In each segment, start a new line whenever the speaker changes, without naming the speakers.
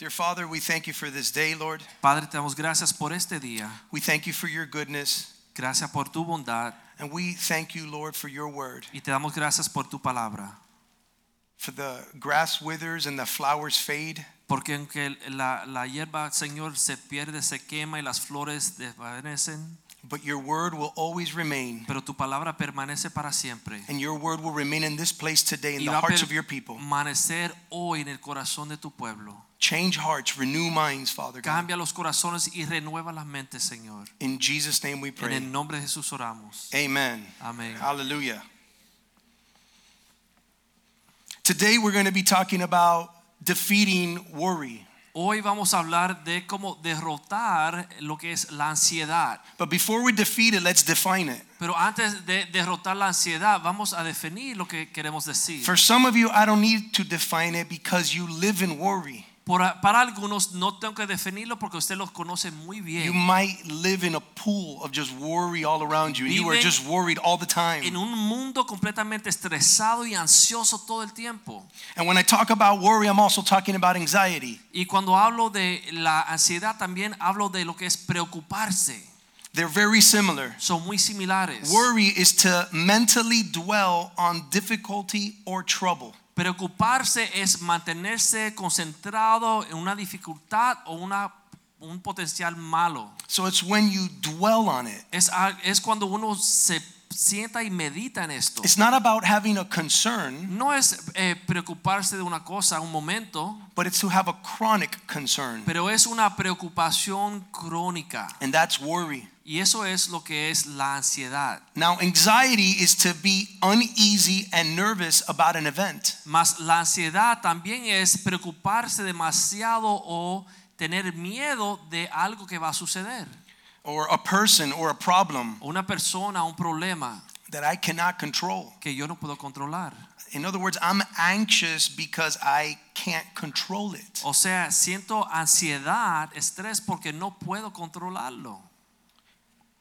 Dear Father, we thank you for this day, Lord.
Padre, te damos gracias por este día.
We thank you for your goodness.
Gracias por tu bondad
And we thank you, Lord, for your word.
y te damos gracias por tu palabra.
For the grass withers and the flowers fade,
Porque aunque la, la hierba, Señor, se pierde, se quema y las flores desvanecen,
but your word will always remain.
pero tu palabra permanece para siempre.
And your word will remain in this place today in
Y
the
va a
hearts of your people.
permanecer hoy en el corazón de tu pueblo.
Change hearts, renew minds, Father God.
Cambia los corazones y renueva las mentes, Señor.
In Jesus' name we
En
pray.
el nombre de Jesús oramos.
Amen.
Amén.
Hallelujah. Today we're going to be talking about defeating worry.
Hoy vamos a hablar de cómo derrotar lo que es la ansiedad.
But before we defeat it, let's define it.
Pero antes de derrotar la ansiedad, vamos a definir lo que queremos decir.
For some of you, I don't need to define it because you live in worry.
Por- para algunos no tengo que definirlo porque usted los conoce muy
You
bien.
might live in a pool of just worry all around you, and you are
Viven
just worried all the
En
time.
un mundo completamente estresado y ansioso todo el tiempo.
And when I talk about worry, I'm also talking about anxiety.
Y cuando hablo de la ansiedad también hablo de lo que es preocuparse.
They're very similar.
Son muy similares.
Worry is to mentally dwell on difficulty or trouble.
Preocuparse es mantenerse concentrado en una dificultad o una, un potencial malo.
So it's when you dwell on it.
Es, al- es cuando uno se sienta y medita en esto.
It's not about having a concern,
No es eh, preocuparse de una cosa un momento,
but it's to have a chronic concern.
pero es una preocupación crónica.
And that's worry.
Y eso es lo que es la ansiedad.
Now, anxiety is to be uneasy and nervous about an event.
Mas la ansiedad también es preocuparse demasiado o tener miedo de algo que va a suceder.
or a person or a problem
O Una persona, un problema
that I cannot control.
que yo no puedo controlar.
In other words, I'm anxious because I can't control it.
O sea, siento ansiedad, estrés porque no puedo controlarlo.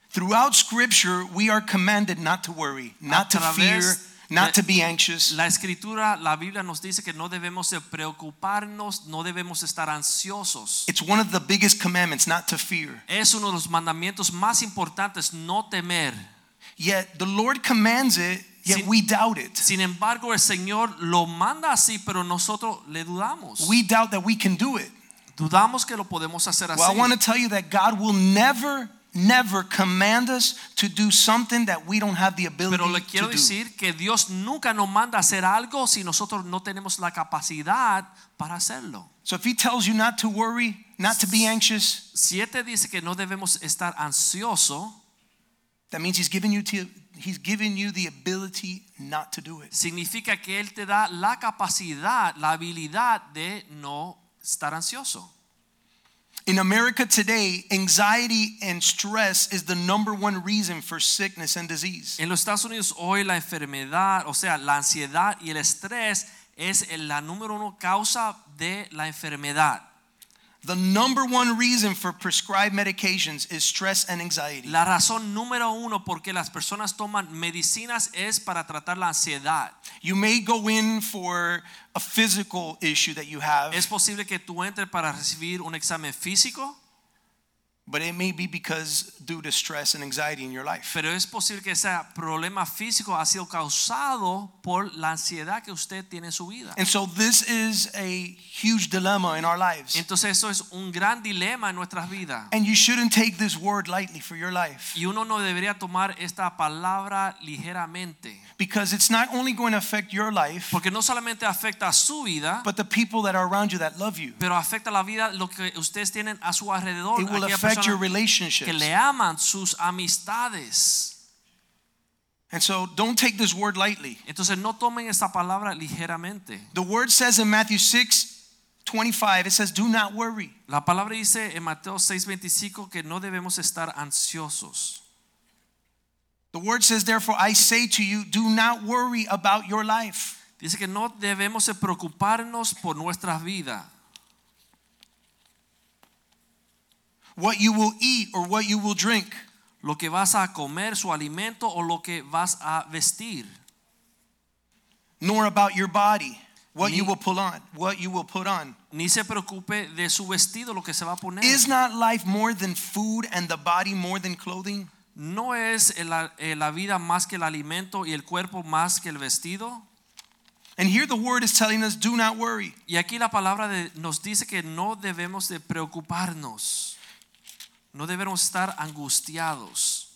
Throughout scripture, we are commanded not to worry, not to fear,
través
not
de-
to be anxious.
La escritura, la Biblia nos dice que no debemos de preocuparnos, no debemos estar ansiosos.
It's one of the biggest commandments not to fear.
Es uno de los mandamientos más importantes, no temer.
Yet the Lord commands it, yet
Sin-
we doubt it.
Sin embargo, el Señor lo manda así, pero nosotros le dudamos.
We doubt that we can do it.
dudamos que lo podemos hacer así.
Well, I want to tell you that God will never, never command us to do something that we don't have the ability
pero le quiero
to do.
decir que Dios nunca nos manda a hacer algo si nosotros no tenemos la capacidad para hacerlo.
So if he tells you not to worry, not to be anxious,
Siete dice que no debemos estar ansioso,
that means he's given you to, he's given you the ability not to do it.
significa que Él te da la capacidad, la habilidad de no estar ansioso.
In America today, anxiety and stress is the number one reason for sickness and disease.
En los Estados Unidos hoy la enfermedad, o sea, la ansiedad y el estrés es el- la número uno causa de la enfermedad.
The number one reason for prescribed medications is stress and anxiety.
La razón número uno por qué las personas toman medicinas es para tratar la ansiedad.
You may go in for a physical issue that you
Es
have,
posible que tú entres para recibir un examen físico,
but it may be because due to stress and anxiety in your life.
pero es posible que ese problema físico ha sido causado por la ansiedad que usted tiene en su vida.
And so this is a huge dilemma in our lives.
Entonces eso es un gran dilema en nuestras vidas.
And you shouldn't take this word lightly for your life
Y uno no debería tomar esta palabra ligeramente.
because it's not only going to affect your life,
Porque no solamente afecta a su vida,
but the people that are around you that love you.
pero afecta la vida lo que ustedes tienen a su alrededor,
It will
aquellas
affect your
personas que
relationships.
le aman, sus amistades.
And so don't take this word lightly.
Entonces no tomen esta palabra ligeramente.
The word says in Matthew 6 25, it says, Do not worry.
La palabra dice en Mateo 6:25 que no debemos estar ansiosos.
The word says, Therefore, I say to you, do not worry about your life.
Dice que no debemos de preocuparnos por nuestra vida,
what you will eat or what you will drink,
lo que vas a comer, su alimento o lo que vas a vestir,
nor about your body, what
Ni-
you will put on, what you will put on.
ni se preocupe de su vestido, lo que se va a poner.
Is not life more than food and the body more than clothing?
¿No es el- eh, la, vida más que el alimento y el cuerpo más que el vestido?
And here the word is telling us, do not worry.
Y aquí la palabra de- nos dice que no debemos de preocuparnos, no debemos estar angustiados.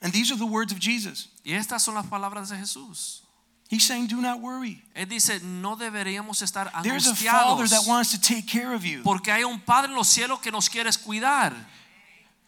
And these are the words of Jesus.
Y estas son las palabras de Jesús.
He's saying, do not worry.
Él dice, no deberíamos estar
There's a Father
angustiados
that wants to take care of you.
porque hay un Padre en los cielos que nos quiere cuidar.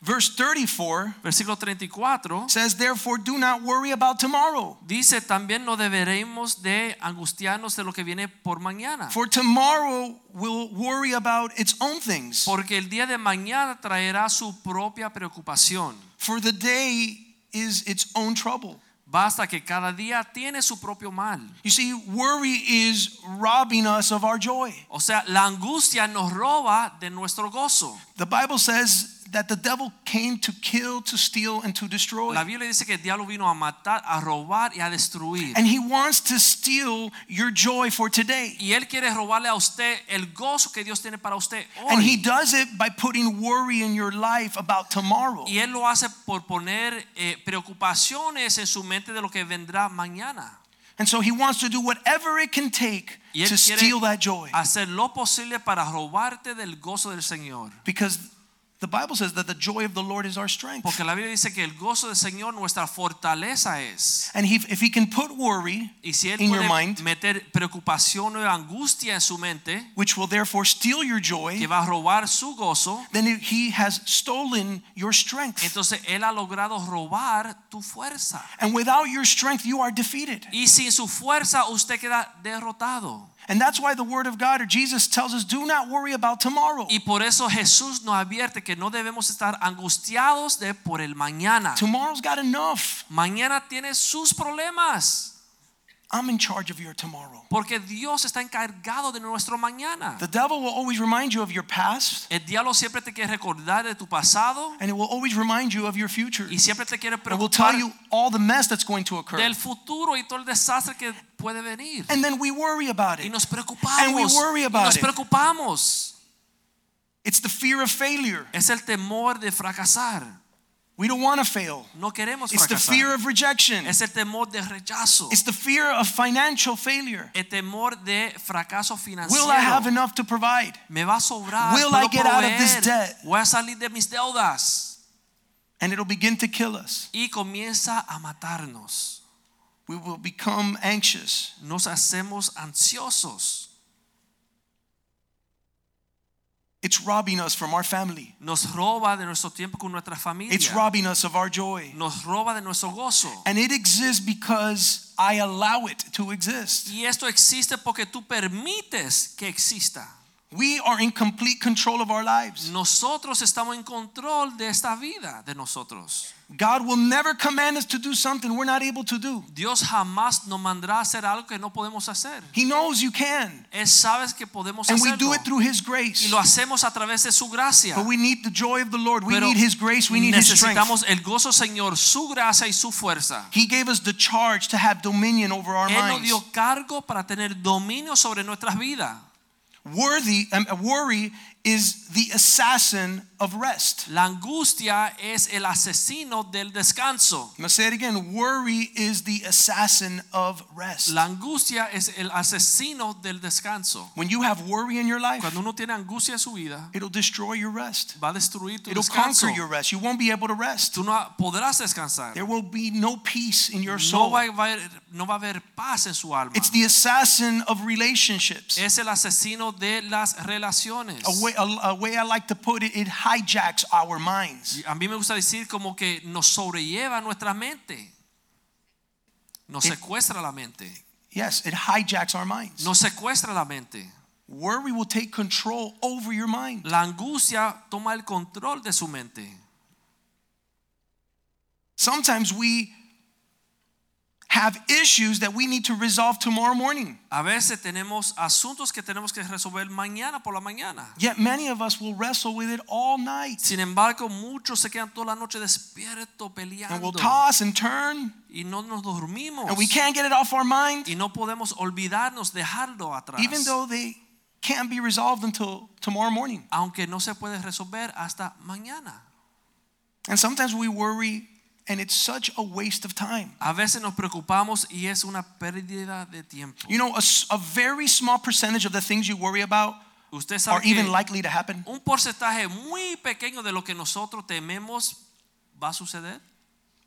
Verse 34
Versículo 34
says, therefore, do not worry about tomorrow,
dice, también no deberemos de angustiarnos de lo que viene por mañana.
for tomorrow will worry about its own things.
Porque el día de mañana traerá su propia preocupación.
For the day is its own trouble.
Basta que cada día tiene su propio mal.
You see, worry is robbing us of our joy.
O sea, la angustia nos roba de nuestro gozo.
The Bible says that the devil came to kill, to steal, and to destroy.
La Biblia dice que el diablo vino a matar, a robar y a destruir.
And he wants to steal your joy for today.
Y él quiere robarle a usted el gozo que Dios tiene para usted
And he
hoy.
does it by putting worry in your life about tomorrow.
Y él lo hace por poner eh, preocupaciones en su mente de lo que vendrá mañana.
And so he wants to do whatever it can take
Y él
to
quiere
steal that joy.
hacer lo posible para robarte del gozo del Señor.
Because the Bible says that the joy of the Lord is our strength.
Porque la Biblia dice que el gozo del Señor nuestra fortaleza es.
And he, if he can put worry,
Y si él
In
puede
your mind.
meter preocupación o angustia en su mente,
which will therefore steal your joy,
que va a robar su gozo,
then he has stolen your strength.
entonces él ha logrado robar tu fuerza.
And without your strength, you are defeated.
Y sin su fuerza usted queda derrotado.
And that's why the Word of God or Jesus tells us do not worry about tomorrow.
Y por eso Jesús nos advierte que no debemos estar angustiados de por el mañana.
Tomorrow's got enough.
Mañana tiene sus problemas,
I'm in charge of your tomorrow.
porque Dios está encargado de nuestro mañana.
The devil will always remind you of your past,
El diablo siempre te quiere recordar de tu pasado
and it will always remind you of your future.
y siempre te quiere
It will tell
preocupar
you all the mess that's going to occur.
del futuro y todo el desastre que puede venir.
And then we worry about
Y
it.
nos preocupamos.
worry
y
about
nos
it.
preocupamos.
It's the fear of failure.
Es el temor de fracasar.
We don't want to fail.
No queremos
It's the
fracasar.
fear of rejection.
es el temor de rechazo.
It's the fear of financial failure.
el temor de fracaso financiero.
Will I have enough to provide?
Me va a sobrar.
Will
puedo
I get out of this
proveer,
debt?
Voy a salir de mis deudas.
And it'll begin to kill us.
Y comienza a matarnos.
We will become anxious.
Nos hacemos ansiosos.
It's robbing us from our family.
Nos roba de nuestro tiempo con nuestra familia.
It's robbing us of our joy.
nos roba de nuestro gozo.
And it exists because I allow it to exist.
Y esto existe porque tú permites que exista.
We are in complete control of our lives.
Nosotros estamos en control de esta vida de nosotros.
God will never command us to do something we're not able to do.
Dios jamás nos mandará a hacer algo que no podemos hacer.
He knows you can.
Él sabe que podemos
And we
hacerlo.
do it through His
y
grace.
lo hacemos a través de su gracia.
But we need the joy of the Lord. We
Pero
need His grace. We need His strength.
necesitamos el gozo, Señor, su gracia y su fuerza.
He gave us the charge to have dominion over our
Él nos
minds.
dio cargo para tener dominio sobre nuestras vidas.
Worthy, um, worry is the assassin of rest.
La angustia es el asesino del descanso.
I'm going to say it again. Worry is the assassin of rest.
La angustia es el asesino del descanso.
When you have worry in your life,
Cuando uno tiene angustia en su vida,
it'll destroy your rest.
va a destruir tu
It'll
descanso.
conquer your rest. You won't be able to rest.
Tú no podrás descansar.
There will be no peace in your
No
soul.
va, a haber, no va a haber paz en su alma.
It's the assassin of relationships.
es el asesino de las relaciones.
A way, a, a way I like to put it, it hijacks our minds.
A mí me gusta decir como que nos sobrelleva nuestra mente. Nos
It-
secuestra la mente.
Yes, it hijacks our minds.
nos secuestra la mente.
Worry will take control over your mind.
La angustia toma el control de su mente.
Sometimes we have issues that we need to resolve tomorrow morning.
A veces tenemos asuntos que tenemos que resolver mañana por la mañana.
Yet many of us will wrestle with it all night.
Sin embargo, muchos se quedan toda la noche despiertos
And we'll
peleando
toss and turn,
y no nos dormimos
and we can't get it off our mind,
y no podemos olvidarnos dejarlo atrás.
even though they can't be resolved until tomorrow morning.
aunque no se puede resolver hasta mañana.
And sometimes we worry, and it's such a waste of time.
A veces nos preocupamos y es una pérdida de tiempo.
You know, a, s- a very small percentage of the things you worry about
Usted
are
sabe que
even likely to happen.
un porcentaje muy pequeño de lo que nosotros tememos va a suceder.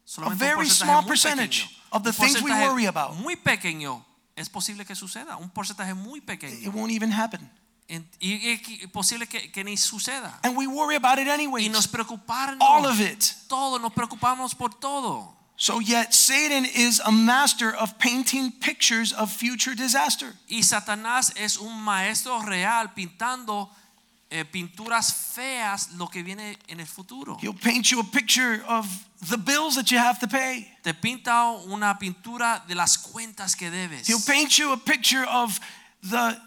Solamente
A
un
very
porcentaje
small
muy
percentage
pequeño.
of the
Un
things we
porcentaje
worry about.
Muy pequeño es posible que suceda. Un porcentaje muy
It
pequeño
won't even happen.
En- y es que- posible que, que ni suceda.
And we worry about it
Y
anyway.
nos preocuparnos
All of it.
todo, nos preocupamos por todo.
So, yet Satan is a master of painting pictures of future disaster.
Y Satanás es un maestro real pintando eh, pinturas feas lo que viene en el futuro.
He'll paint you a picture of the bills that you have to pay.
Te pinta una pintura de las cuentas que debes.
He'll paint you a picture of the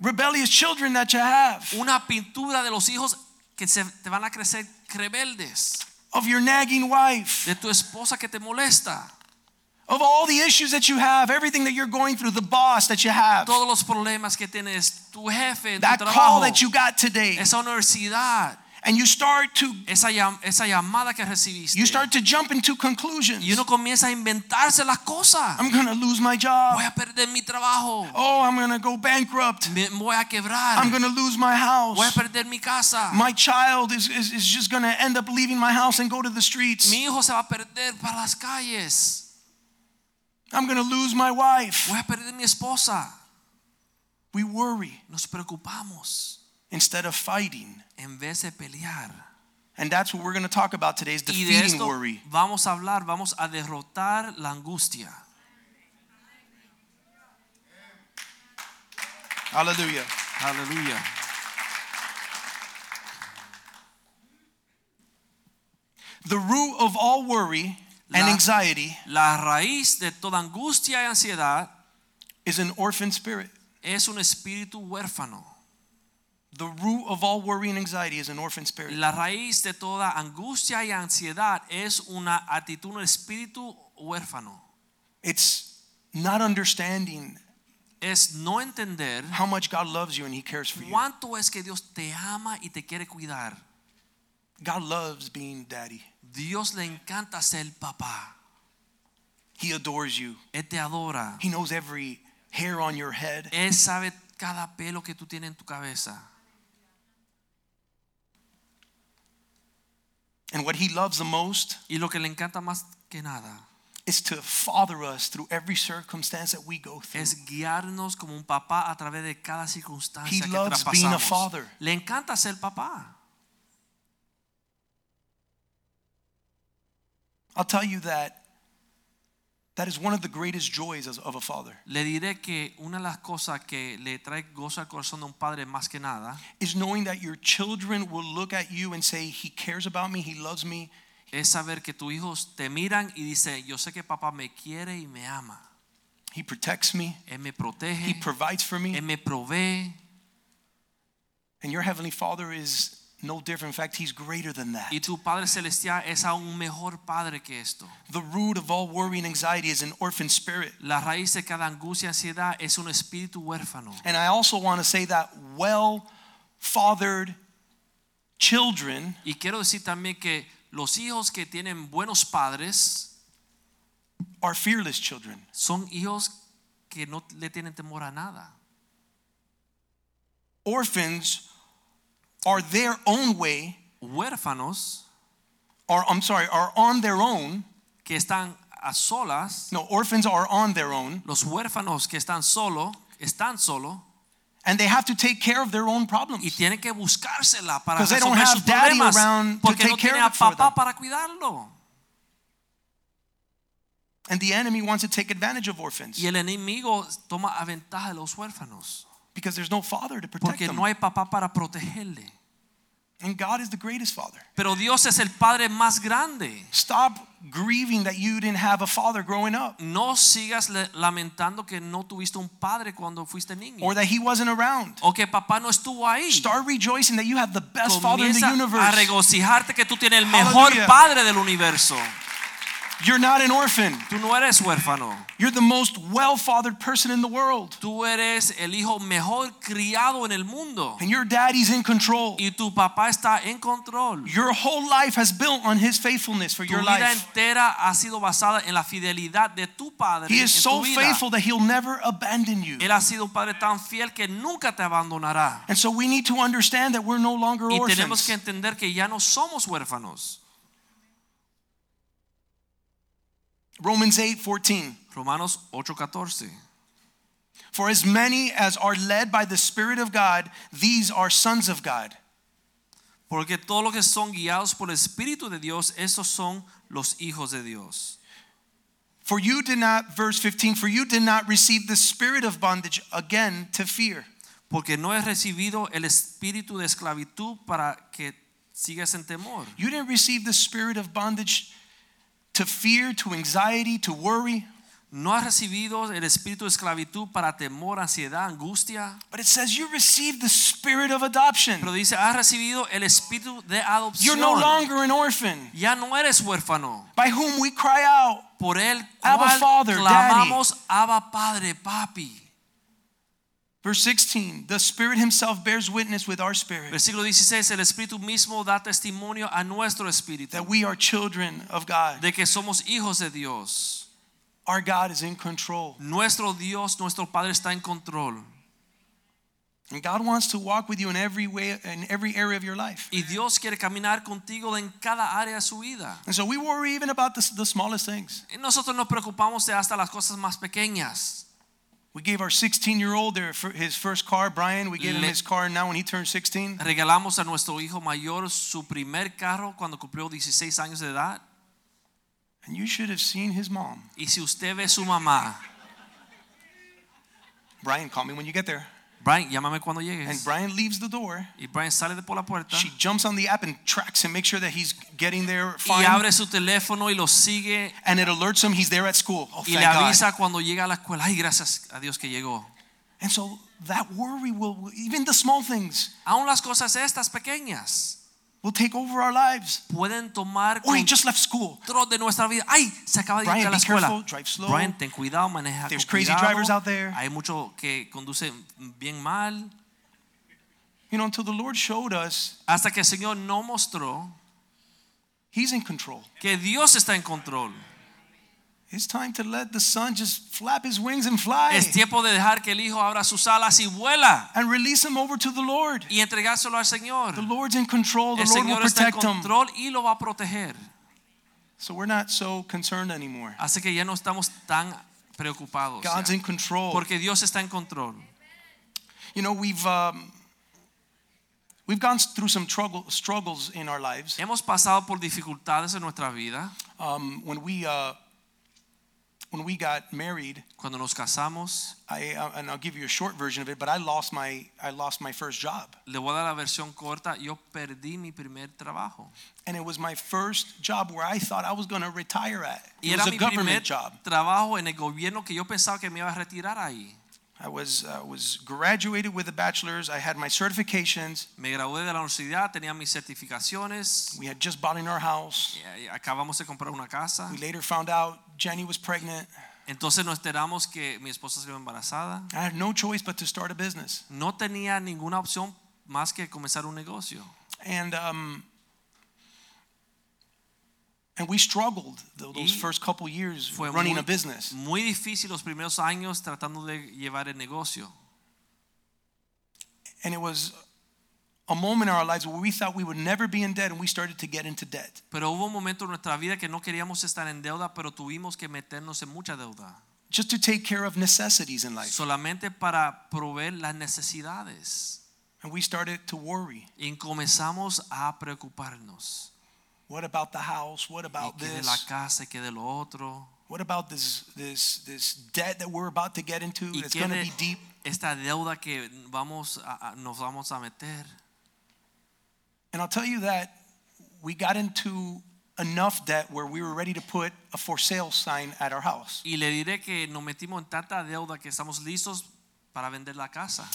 rebellious children that you have,
Una pintura de los hijos que se, te van a crecer rebeldes.
of your nagging wife,
De tu esposa que te molesta.
of all the issues that you have, everything that you're going through, the boss that you have,
Todos los problemas que tienes. Tu jefe, en tu
that
trabajo.
call that you got today.
esa universidad.
And you start to
Esa, llam- esa llamada que recibiste.
you start to jump into
y
conclusions.
uno comienza a inventarse las cosas.
I'm going to lose my job.
Voy a perder mi trabajo.
Oh, I'm going to go bankrupt.
Me voy a quebrar.
I'm going to lose my
Voy a
house.
perder mi casa.
My child is, is, is just going to end up leaving my house and go to the streets.
Mi hijo se va a perder para las calles.
I'm going to lose my wife.
Voy a perder mi esposa.
We worry
Nos preocupamos
instead of fighting.
en vez de pelear.
And that's what we're going to talk about today is
Y de
defeating
esto
worry.
vamos a hablar, vamos a derrotar la angustia.
Hallelujah.
Aleluya.
The root of all worry and
La-
anxiety
La raíz de toda angustia y ansiedad
is an orphan spirit.
es un espíritu huérfano.
The root of all worry and anxiety is an orphan spirit.
La raíz de toda angustia y ansiedad es una actitud, un espíritu huérfano.
It's not understanding
Es no entender
how much God loves you and He cares for you.
¿Cuánto es que Dios te ama y te quiere cuidar?
God loves being daddy.
Dios le encanta ser papá.
He adores you.
Él te adora.
He knows every hair on your head.
Él sabe cada pelo que tú tienes en tu cabeza.
And what He loves the most
Y lo que le encanta más que nada
is to father us through every circumstance that we go through.
es guiarnos como un papá a través de cada circunstancia
He
que
loves being a
traspasamos.
father.
Le encanta ser papá.
I'll tell you that that is one of the greatest joys as- of a father
Le diré que una de las cosas que le trae gozo al corazón de un padre más que nada
is knowing that your children will look at you and say, He cares about me, He loves me.
es saber que tus hijos te miran y dicen, yo sé que papá me quiere y me ama.
He protects me.
Él me
He
protege,
provides for me.
Él me provee.
And your heavenly Father is no different. In fact, He's greater than that.
Y tu Padre Celestial es aún mejor Padre que esto.
The root of all worry and anxiety is an orphan spirit.
La raíz de cada angustia y ansiedad es un espíritu huérfano.
And I also want to say that well fathered children
Y quiero decir también que los hijos que tienen buenos padres
are fearless children.
son hijos que no le tienen temor a nada.
Orphans are their own way,
Huérfanos
or I'm sorry, are on their own.
que están a solas,
No, orphans are on their own,
los huérfanos que están solo, están solo
and they have to take care of their own
y
problems.
tienen que buscársela para
'Cause they don't
resolver
have
sus
daddy
problemas
around to
porque
take
no
care
tienen
of
a
it for
papá
them.
para cuidarlo.
And the enemy wants to take advantage of orphans
Y el enemigo toma a ventaja de los huérfanos
because there's no father to protect
porque
them.
no hay papá para protegerle.
And God is the greatest father.
Pero Dios es el Padre más grande.
Stop grieving that you didn't have a father growing up
No sigas le- lamentando que no tuviste un padre cuando fuiste niño.
or that he wasn't around.
O que papá no estuvo ahí.
Start rejoicing that you have the best father in the
Comienza a
universe.
regocijarte que tú tienes el mejor
Hallelujah.
padre del universo.
You're not an orphan.
Tú no eres huérfano.
You're the most well-fathered person in the world.
Tú eres el hijo mejor criado en el mundo.
And your daddy's in control.
Y tu papá está en control.
Your whole life has built on his faithfulness for
Tu
your
vida
life.
entera ha sido basada en la fidelidad de tu padre.
He is
en
so
tu vida.
faithful that he'll never abandon you.
Él ha sido un padre tan fiel que nunca te abandonará.
And so we need to understand that we're no longer
Y
orphans.
tenemos que entender que ya no somos huérfanos.
Romans 8 14.
Romanos 8:14.
For as many as are led by the Spirit of God, these are sons of God.
Porque todos los que son guiados por el Espíritu de Dios, esos son los hijos de Dios.
For you did not, verse 15, for you did not receive the spirit of bondage again to fear,
Porque no he recibido el espíritu de esclavitud para que sigas en temor.
you didn't receive the spirit of bondage to fear, to anxiety, to worry.
No has recibido el espíritu de esclavitud para temor, ansiedad, angustia.
But it says you received the spirit of adoption.
Pero dice, has recibido el espíritu de
You're
adopción.
no longer an orphan
ya no eres huérfano.
by whom we cry out,
Por él
Abba,
cual
Father,
clamamos Abba Padre, Papi.
Verse 16, the Spirit Himself bears witness with our spirit
Versículo 16, el Espíritu mismo da testimonio a nuestro espíritu
that we are children of God.
de que somos hijos de Dios.
Our God is in control.
Nuestro Dios, nuestro Padre está en control.
And God wants to walk with you in every way, in every area of your life.
Y Dios quiere caminar contigo en cada área de su vida.
And so we worry even about the, the smallest things.
Y nosotros nos preocupamos de hasta las cosas más pequeñas.
We gave our 16 year old their, fir- his first car, Brian. We gave him
Le-
his car now when he turned 16.
Regalamos a nuestro hijo mayor su primer carro cuando cumplió 16 años de edad.
And you should have seen his mom.
Y si usted ve su mamá,
Brian, call me when you get there.
Brian, llámame cuando
And
llegues.
Brian leaves the door.
Y Brian sale de por la puerta
She jumps on the app and tracks him, make sure that he's getting there
y
fine.
abre su teléfono y lo sigue
And it alerts him he's there at school. Oh,
y
thank
le
God.
avisa cuando llega a la escuela. Ay, gracias a Dios que llegó.
And so that worry will, even the small things,
Aún las cosas estas pequeñas
will take over our lives.
pueden tomar
Oh, he
control
just left school.
de nuestra vida. Ay, se acaba de ir
Brian,
a la
be
escuela.
careful, drive slow.
Brian, ten cuidado, maneja
There's
con
crazy
cuidado.
drivers out there.
Hay muchos que conducen bien mal.
You know, until the Lord showed us
Hasta que el Señor no mostró
he's in control.
que Dios está en control.
It's time to let the sun just flap his wings and fly
Es tiempo de dejar que el hijo abra sus alas y vuela
and release him over to the Lord.
y entregárselo al Señor.
The Lord's in control. The
El
Lord will
Señor está en
protect him.
control y lo va a proteger.
So we're not so concerned anymore.
Así que ya no estamos tan preocupados. ya.
God's in control.
Porque Dios está en control.
You know, we've um, we've gone through some struggle, struggles in our lives.
Hemos pasado por dificultades en nuestra vida.
Um, when we uh, when we got married,
Cuando nos casamos,
I uh, and I'll give you a short version of it, but I lost my I lost my first job,
le voy a dar la versión corta, yo perdí mi primer trabajo.
and it was my first job where I thought I was going to retire at.
Y
It
era
was a
mi primer
government job.
trabajo en el gobierno que yo pensaba que me iba a retirar ahí.
I was uh, was graduated with a bachelor's. I had my certifications.
Me gradué de la universidad, tenía mis certificaciones,
We had just bought in our house.
eh, acabamos de comprar una casa.
We later found out Jenny was pregnant.
Entonces nos enteramos que mi esposa se quedó embarazada.
I had no choice but to start a business.
No tenía ninguna opción más que comenzar un negocio.
and um, and we struggled th- those
Y
first couple years
fue
running
muy-
a business.
Muy difícil los primeros años tratando de llevar el negocio.
And it was a moment in our lives where we thought we would never be in debt, and we started to get into debt.
Pero hubo un momento en nuestra vida que no queríamos estar en deuda, pero tuvimos que meternos en mucha deuda.
Just to take care of necessities in life.
Solamente para proveer las necesidades.
And we started to worry.
Y comenzamos a preocuparnos.
What about the house? What
Y
about
que de la
this?
casa y que de lo otro.
What about this this this debt that we're about to get into?
¿Y
It's
qué
going to
de
be deep.
esta deuda que vamos a- a- nos vamos a meter?
And I'll tell you that we got into enough debt where we were ready to put a for sale sign at our house.
Y le diré que nos metimos en tanta deuda que estamos listos para vender la casa.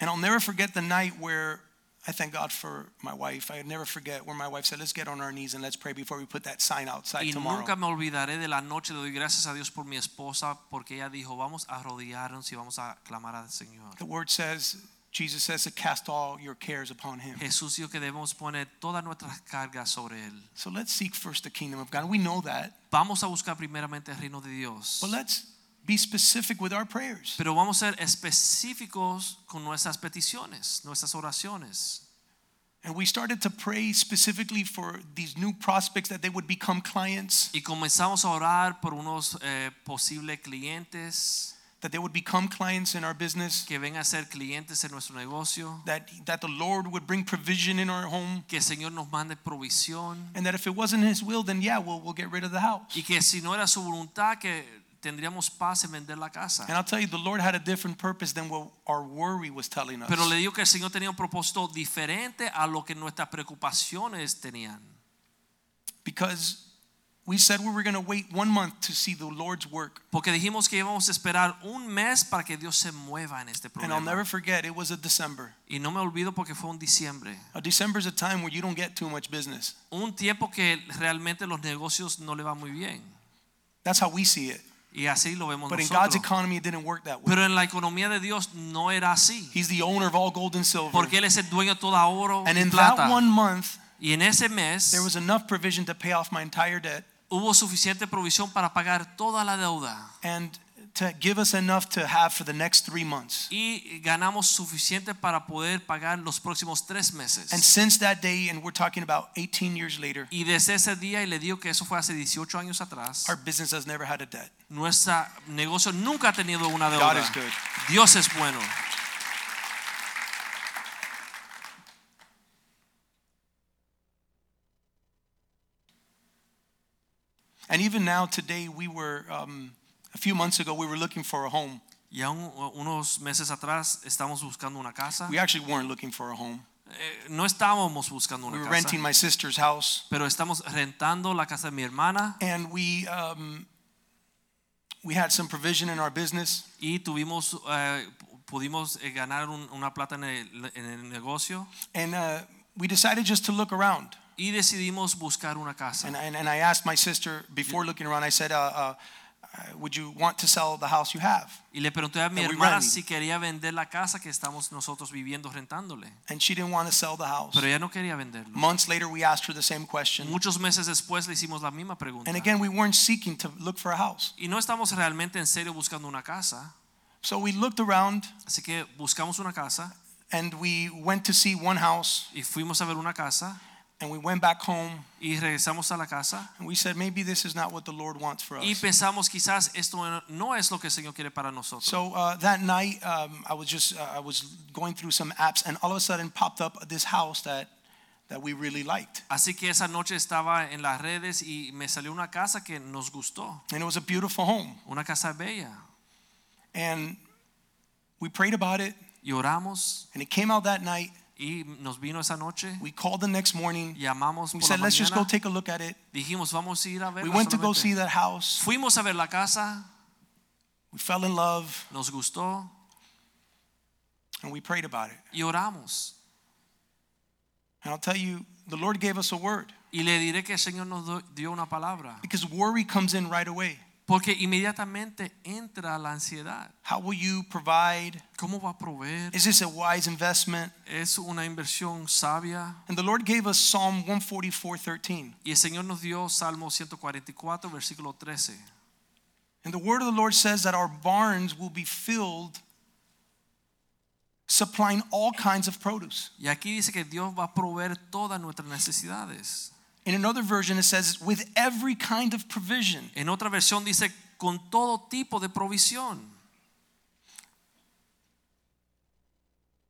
And I'll never forget the night where I thank God for my wife. I never forget where my wife said, "Let's get on our knees and let's pray before we put that sign outside
Y
tomorrow."
nunca me olvidaré de la noche. Le doy gracias a Dios por mi esposa porque ella dijo, vamos a rodearnos y vamos a clamar al Señor.
The word says, Jesus says to cast all your cares upon him.
Jesús dijo que debemos poner todas nuestras cargas sobre Él.
So let's seek first the kingdom of God. We know that,
Vamos a buscar primeramente el reino de Dios.
but let's be specific with our prayers.
Pero vamos a ser específicos con nuestras peticiones, nuestras oraciones.
And we started to pray specifically for these new prospects that they would become clients,
Y comenzamos a orar por unos eh, posibles clientes
that they would become clients in our business,
que vengan a ser clientes en nuestro negocio.
that, that the Lord would bring provision in our home,
Que el Señor nos mande provisión.
and that if it wasn't His will, then yeah, we'll, we'll get rid of the house.
Y que si no era su voluntad, que tendríamos paz en vender la casa.
And I'll tell you, the Lord had a different purpose than what our worry was telling us.
Pero le digo que el Señor tenía un propósito diferente a lo que nuestras preocupaciones tenían.
Because we said we were going to wait one month to see the Lord's work.
Porque dijimos que íbamos a esperar un mes para que Dios se mueva en este
And I'll never
problema.
forget, it was a December.
Y no me olvido porque fue un diciembre.
A December is a time where you don't get too much business.
Un tiempo que realmente los negocios no le va muy bien.
That's how we see it.
Y así lo vemos
But in God's
nosotros.
economy, it didn't work that way.
Pero en la economía de Dios no era así.
He's the owner of all gold and silver.
Porque Él es el dueño de toda oro
And
y
in
plata.
that one month,
y en ese mes
there was enough provision to pay off my entire debt
hubo suficiente provisión para pagar toda la deuda.
and to give us enough to have for the next three months.
Y ganamos suficiente para poder pagar los próximos tres meses.
And since that day, and we're talking about 18 years later,
y desde ese día, y le digo que eso fue hace 18 años atrás,
our business has never had a debt.
nuestro negocio nunca ha tenido una
God
deuda.
is good.
Dios es bueno.
And even now, today, we were, um, a few months ago, we were looking for a home.
Ya un- unos meses atrás estamos buscando una casa.
We actually weren't looking for a home.
Eh, no estábamos
We
buscando una
were
casa,
renting my sister's house,
pero estamos rentando la casa de mi hermana
and we um, we had some provision in our business,
y tuvimos, eh, pudimos eh, ganar un- una plata en el, en el negocio
and uh, we decided just to look around.
y decidimos buscar una casa.
And, and and I asked my sister before looking around. I said, uh, uh, uh, "Would you want to sell the house you have?"
Y le pregunté a mi
And we
hermana
rented.
si quería vender la casa que estamos nosotros viviendo rentándole,
And she didn't want to sell the house.
pero ella no quería venderlo.
Months later, we asked her the same question,
Muchos meses después le hicimos la misma pregunta.
and again, we weren't seeking to look for a house.
y no estamos realmente en serio buscando una casa,
So we looked around,
así que buscamos una casa
and we went to see one house,
y fuimos a ver una casa
and we went back home,
y regresamos a la casa
and we said, "Maybe this is not what the Lord wants for us."
Y pensamos quizás esto no es lo que el Señor quiere para nosotros.
So uh, that night, um, I was just uh, I was going through some apps, and all of a sudden popped up this house that that we really liked,
Así que esa noche estaba en las redes y me salió una casa que nos gustó,
and it was a beautiful home.
una casa bella.
And we prayed about it,
Y oramos
and it came out that night.
y nos vino esa noche.
We called the next morning.
Llamamos
We
por la
said, "Let's just go
mañana.
take a look at it."
Dijimos, vamos a ir a ver.
We went to go see that house.
Fuimos a ver la casa,
We fell in love,
nos gustó
and we prayed about it.
y oramos.
And I'll tell you, the Lord gave us a word
Y le diré que el Señor nos do- dio una palabra.
because worry comes in right away.
Porque inmediatamente entra la ansiedad.
How will you provide?
¿Cómo va a proveer?
Is this a wise investment?
Es una inversión sabia.
And the Lord gave us Psalm 144:13.
Y el Señor nos dio Salmo 144, versículo 13.
And the word of the Lord says that our barns will be filled, supplying all kinds of produce.
Y aquí dice que Dios va a proveer todas nuestras necesidades.
In another version, it says, with every kind of provision.
En otra versión dice, con todo tipo de provisión.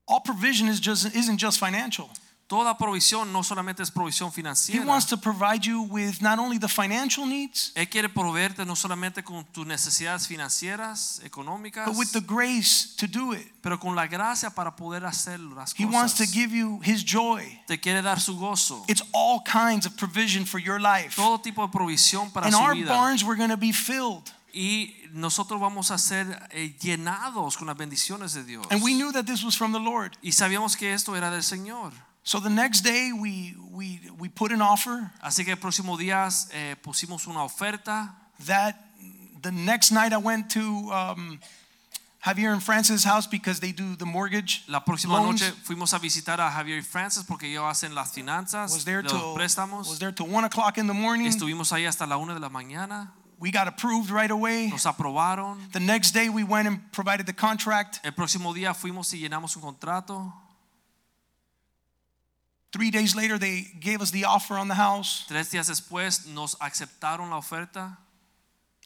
All provision is just, isn't just financial,
Toda provisión no solamente es provisión
He
financiera.
wants to provide you with not only the financial needs,
Él quiere proveerte no solamente con tus necesidades financieras, económicas,
but with the grace to do it.
pero con la gracia para poder hacer las
He
cosas.
wants to give you His joy.
Te quiere dar su gozo.
It's all kinds of provision for your life.
Todo tipo de provisión para
In
su
our
vida.
barns, we're going to be filled.
Y nosotros vamos a ser eh, llenados con las bendiciones de Dios.
And we knew that this was from the Lord.
y sabíamos que esto era del Señor.
So the next day, we, we, we put an offer
Así que el próximo día eh, pusimos una oferta.
that the next night I went to um, Javier and Francis' house because they do the mortgage.
La próxima
loans.
noche fuimos a visitar a Javier y Francis porque ellos hacen las finanzas,
was there
de los
till
préstamos.
was there till one o'clock in the morning.
Estuvimos ahí hasta la una de la mañana.
We got approved right away.
Nos aprobaron.
The next day we went and provided the contract.
El próximo día fuimos y llenamos un contrato.
Three days later they gave us the offer on the house.
Tres días después nos aceptaron la oferta.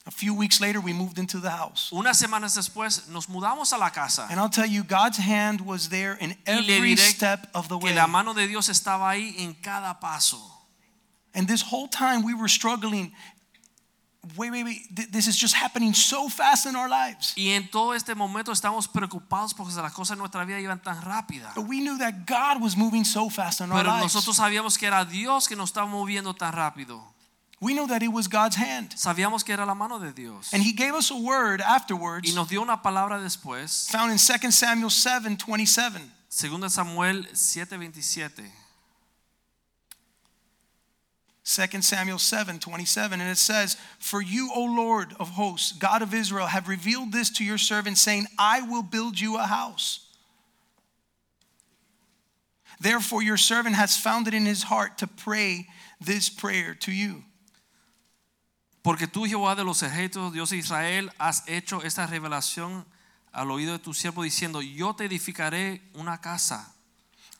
A few weeks later we moved into the house.
Unas semanas después nos mudamos a la casa.
And I'll tell you, God's hand was there in
Y le
every
diré
step of the
que
way.
la mano de Dios estaba ahí en cada paso.
And this whole time we were struggling. Wait, wait, wait. Th- This is just happening so fast in our lives.
Y en todo este momento estamos preocupados porque las cosas en nuestra vida iban tan rápida.
But we knew that God was moving so fast in our
Pero
lives.
nosotros sabíamos que era Dios que nos estaba moviendo tan rápido.
We knew that it was God's hand.
Sabíamos que era la mano de Dios.
And he gave us a word
Y
afterwards
nos dio una palabra después,
found in 2 Samuel 7 27.
2 Samuel 7:27.
2 Samuel 7 27. And it says, For you, O Lord of hosts, God of Israel, have revealed this to your servant, saying, I will build you a house. Therefore, your servant has found it in his heart to pray this prayer to you.
Porque tú, Jehová de los ejércitos, Dios de Israel, has hecho esta revelación al oído de tu siervo diciendo, yo te edificaré una casa.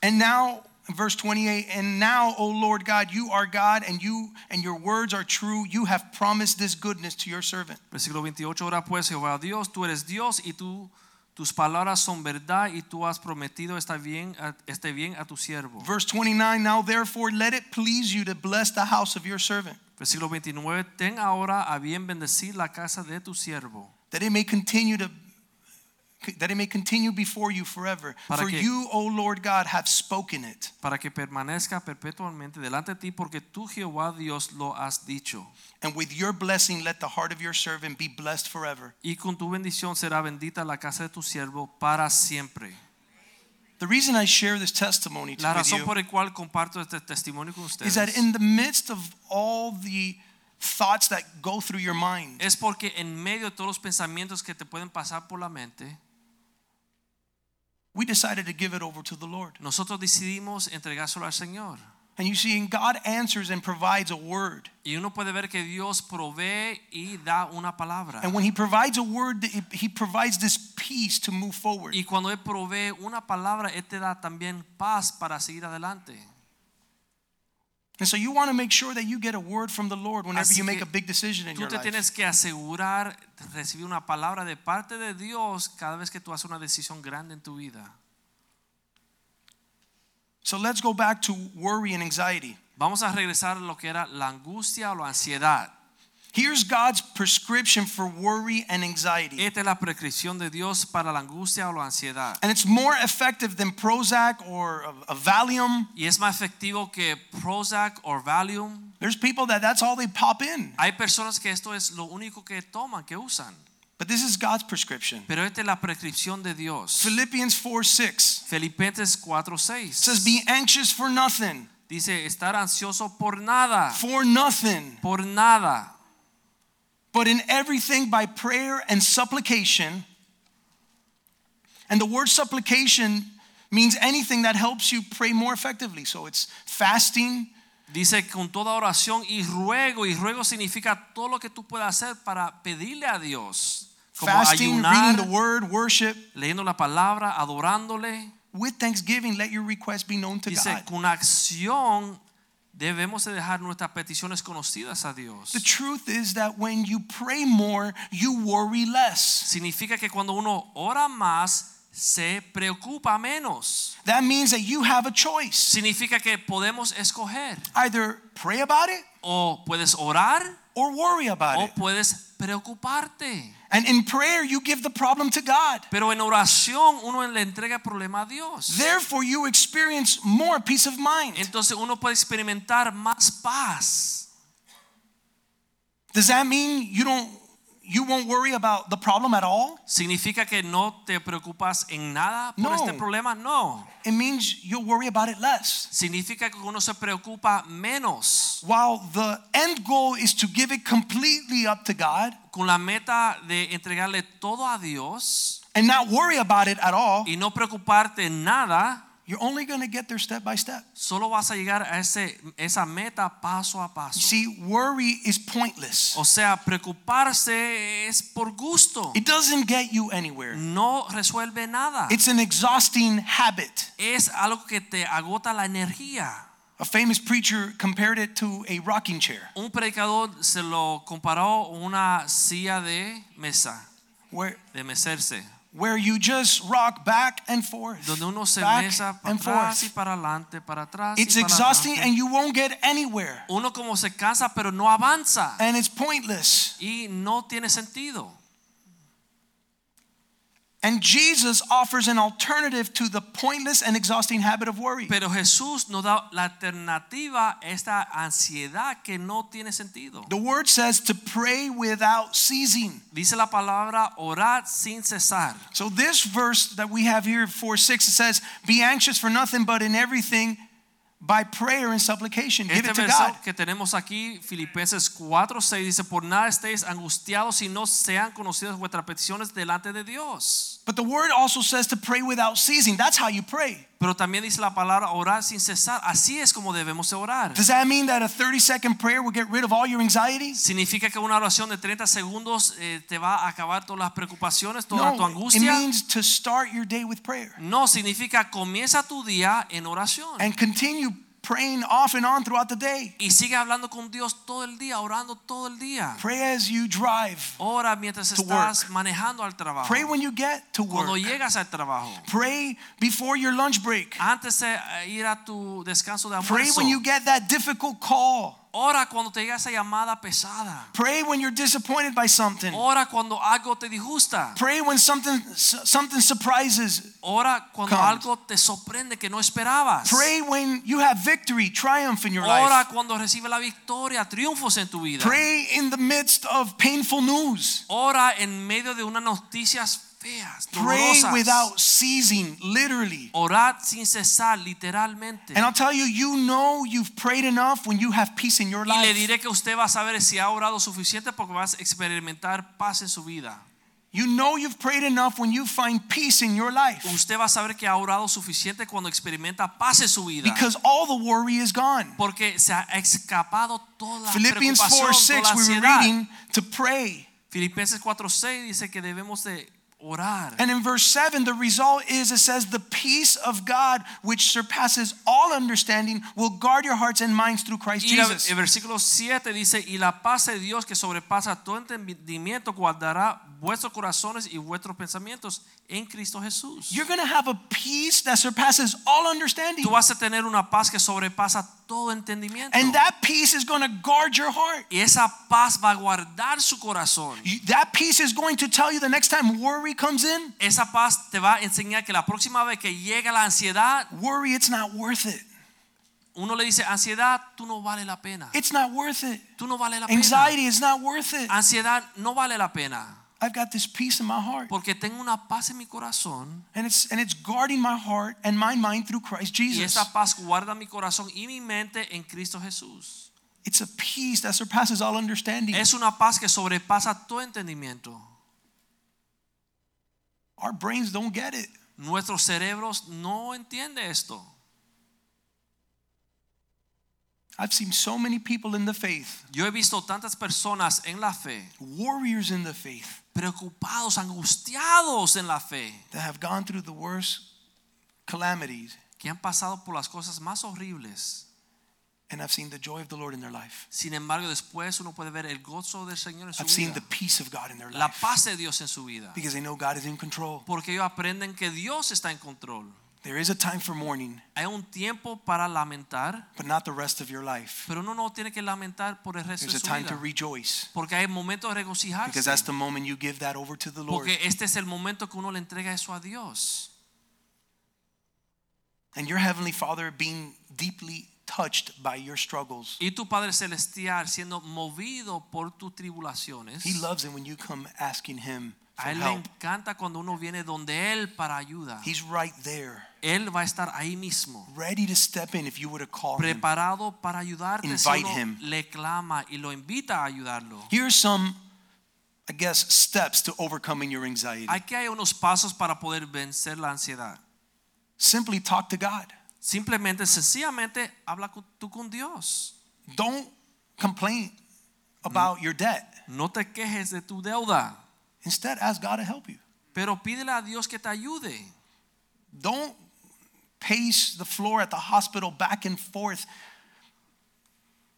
And now, verse 28, and now, O Lord God, you are God, and you and your words are true. You have promised this goodness to your servant.
Versículo 28, ahora pues Jehová Dios, tú eres Dios y tú, tus palabras son verdad y tú has prometido este bien, a- este bien a tu siervo.
Verse 29 Now therefore let it please you to bless the house of your servant,
Versículo 29, ten ahora a bien bendecir la casa de tu siervo.
that it may continue to that it may continue before you forever.
Para
For
que-
you, O Lord God, have spoken it.
para que permanezca perpetuamente delante de ti, porque tú Jehová Dios lo has dicho.
And with your blessing let the heart of your servant be blessed forever.
Y con tu bendición será bendita la casa de tu siervo para siempre.
The reason I share this testimony to
La
with
razón
you
por la cual comparto este testimonio con
is
ustedes
that in the midst of all the thoughts that go through your mind,
es porque en medio de todos los pensamientos que te pueden pasar por la mente,
we decided to give it over to the Lord.
nosotros decidimos entregárselo al Señor.
And you see, and God answers and provides a word.
Y uno puede ver que Dios provee y da una palabra.
And when He provides a word, it- He provides this peace to move forward.
Y cuando Él provee una palabra, Él te da también paz para seguir adelante.
And so you want to make sure that you get a word from the Lord whenever
Así
you make
que
a big decision in
Tú
your
te
life.
tienes que asegurar de recibir una palabra de parte de Dios cada vez que tú haces una decisión grande en tu vida.
So let's go back to worry and anxiety.
Vamos a regresar a lo que era la angustia o la ansiedad.
Here's God's prescription for worry and anxiety.
Esta es la prescripción de Dios para la angustia o la ansiedad.
And it's more effective than Prozac or a, a Valium.
Y es más efectivo que Prozac o Valium.
There's people that that's all they pop in.
Hay personas que esto es lo único que toman, que usan.
But this is God's prescription.
Pero esta es la prescripción de Dios.
Philippians 4 6
Filipenses
says,
4:6
Be anxious for nothing,
dice estar ansioso por nada,
for nothing,
por nada.
but in everything by prayer and supplication. And the word supplication means anything that helps you pray more effectively. So it's fasting,
Dice con toda oración y ruego, y ruego significa todo lo que tú puedas hacer para pedirle a Dios, como
fasting,
ayunar,
reading the word, worship.
leyendo la palabra, adorándole.
With thanksgiving, let your request be known to
Dice
God.
con acción debemos de dejar nuestras peticiones conocidas a Dios.
The truth is that when you pray more, you worry less.
Significa que cuando uno ora más, se preocupa menos.
That means that you have a choice.
Significa que podemos escoger.
Either pray about it
O puedes orar
or worry about
o
it.
puedes preocuparte.
And in prayer, you give the problem to God.
Pero en oración uno le entrega el problema a Dios.
Therefore, you experience more peace of mind.
Entonces uno puede experimentar más paz.
Does that mean you don't you won't worry about the problem at all?
¿Significa que no te preocupas en nada por
No.
este problema? No.
It means you'll worry about it less.
Significa que uno se preocupa menos
While the end goal is to give it completely up to God
con la meta de entregarle todo a Dios
and not worry about it at all,
y no preocuparte en nada,
you're only going to get there step by step.
solo vas a llegar a ese, esa meta paso a paso.
You see, worry is pointless.
O sea, preocuparse es por gusto.
It doesn't get you anywhere.
No resuelve nada.
It's an exhausting habit.
Es algo que te agota la energía.
A famous preacher compared it to a rocking chair,
Un predicador se lo comparó a una silla de mesa,
where
de mecerse,
where you just rock back and forth.
donde uno se
back
mesa para
and
atrás y
forth.
para adelante, para atrás. y
It's
para
exhausting
adelante.
and you won't get anywhere.
Uno como se cansa pero no avanza
And it's pointless.
y no tiene sentido.
And Jesus offers an alternative to the pointless and exhausting habit of worry.
Pero Jesús nos da la alternativa a esta ansiedad que no tiene sentido.
The word says to pray without ceasing.
Dice la palabra orar sin cesar.
So this verse that we have here 4 6 it says, Be anxious for nothing but in everything by prayer and supplication. Give
Este
it to
verso
God.
que tenemos aquí, Filipenses 4, 6, dice, por nada estéis angustiados si no sean conocidas vuestras peticiones delante de Dios.
But the word also says to pray without ceasing. That's how you pray.
Pero también dice la palabra orar sin cesar. Así es como debemos de orar.
Does that mean that a 30 second prayer will get rid of all your anxiety?
Significa que una oración de 30 segundos eh, te va a acabar todas las preocupaciones, toda tu
No, it
angustia.
means to start your day with prayer
No, significa comienza tu día en oración.
and continue praying off and on throughout the day.
y sigue hablando con Dios todo el día, orando todo el día.
Pray as you drive.
Ora mientras
To
estás
work.
manejando al trabajo.
Pray when you get to work.
Cuando llegas al trabajo.
Pray before your lunch break.
Antes de eh, ir a tu descanso de
Pray
almuerzo.
when you get that difficult call.
Ora cuando te llega esa llamada pesada.
Pray when you're disappointed by something.
Ora cuando algo te disgusta.
Pray when something something surprises.
Ora cuando
Comes.
algo te sorprende que no esperabas.
Pray when you have victory, triumph in your life.
Ora cuando recibes la victoria, triunfos en tu vida.
Pray in the midst of painful news.
Ora en medio de unas noticias feas,
Pray
dolorosas. Oh.
without ceasing, literally.
Orad sin cesar, literalmente.
And I'll tell you, you know you've prayed enough when you have peace in your
Y le
life.
diré que usted va a saber si ha orado suficiente porque vas a experimentar paz en su vida.
You know you've prayed enough when you find peace in your life.
Usted va a saber que ha orado suficiente cuando experimenta paz en su vida.
Because all the worry is gone.
Porque se ha escapado toda
Philippians 4 6,
preocupación, toda
we were
ansiedad.
reading to pray.
Filipenses 4:6 dice que debemos de orar.
And in verse 7, the result is it says, The peace of God, which surpasses all understanding, will guard your hearts and minds through Christ
Y la-
Jesus.
el versículo 7 dice, y la paz de Dios que sobrepasa todo entendimiento guardará vuestros corazones y vuestros pensamientos en Cristo Jesús.
You're going to have a peace that surpasses all understanding.
Tú vas a tener una paz que sobrepasa todo entendimiento.
And that peace is going to guard your heart.
y esa paz va a guardar su corazón.
You- That peace is going to tell you the next time worry comes in,
Esa paz te va a enseñar que la próxima vez que llega la ansiedad,
worry, it's not worth it.
uno le dice, ansiedad, tú no vale la pena.
It's not worth it.
Tú no vale la pena.
Anxiety is not worth it.
Ansiedad no vale la pena.
I've got this peace in my heart.
Porque tengo una paz en mi corazón.
And it's and it's guarding my heart and my mind through Christ
Y
Jesus.
esa paz guarda mi corazón y mi mente en Cristo Jesús.
It's a peace that surpasses all understanding.
Es una paz que sobrepasa todo entendimiento.
Our brains don't get it.
Nuestros cerebros no entienden esto.
I've seen so many people in the faith,
Yo he visto tantas personas en la fe,
warriors in the faith,
preocupados, angustiados en la fe.
that have gone through the worst calamities,
que han pasado por las cosas más horribles
and I've seen the joy of the Lord in their life.
Sin embargo, después uno puede ver el gozo del Señor en su
I've seen
vida,
the peace of God in their
la
life
paz de Dios en su vida,
because they know God is in control.
porque ellos aprenden que Dios está en control.
There is a time for mourning,
Hay un tiempo para lamentar,
but not the rest of your life.
pero uno no tiene que lamentar por el resto
There's
de
a time
su
to
vida,
rejoice
porque hay momentos de
because that's
regocijarse,
the moment you give that over to the Lord.
porque este es el momento que uno le entrega eso a Dios.
And your Heavenly Father being deeply touched by your struggles.
Y tu Padre Celestial siendo movido por tus tribulaciones.
He loves it when you come asking Him for
A él le
help.
encanta cuando uno viene donde él para ayuda.
He's right there,
Él va a estar ahí mismo,
ready to step in if you were to call Him.
preparado para ayudarte. Si
Invite
uno
him.
le clama y lo invita a ayudarlo.
Here are some, I guess, steps to overcoming your anxiety.
Aquí hay unos pasos para poder vencer la ansiedad.
Simply talk to God.
Simplemente, sencillamente, habla con- tú con Dios.
Don't complain about your debt.
No te quejes de tu deuda,
Instead, ask God to help you.
pero pídele a Dios que te ayude.
Don't pace the floor at the hospital back and forth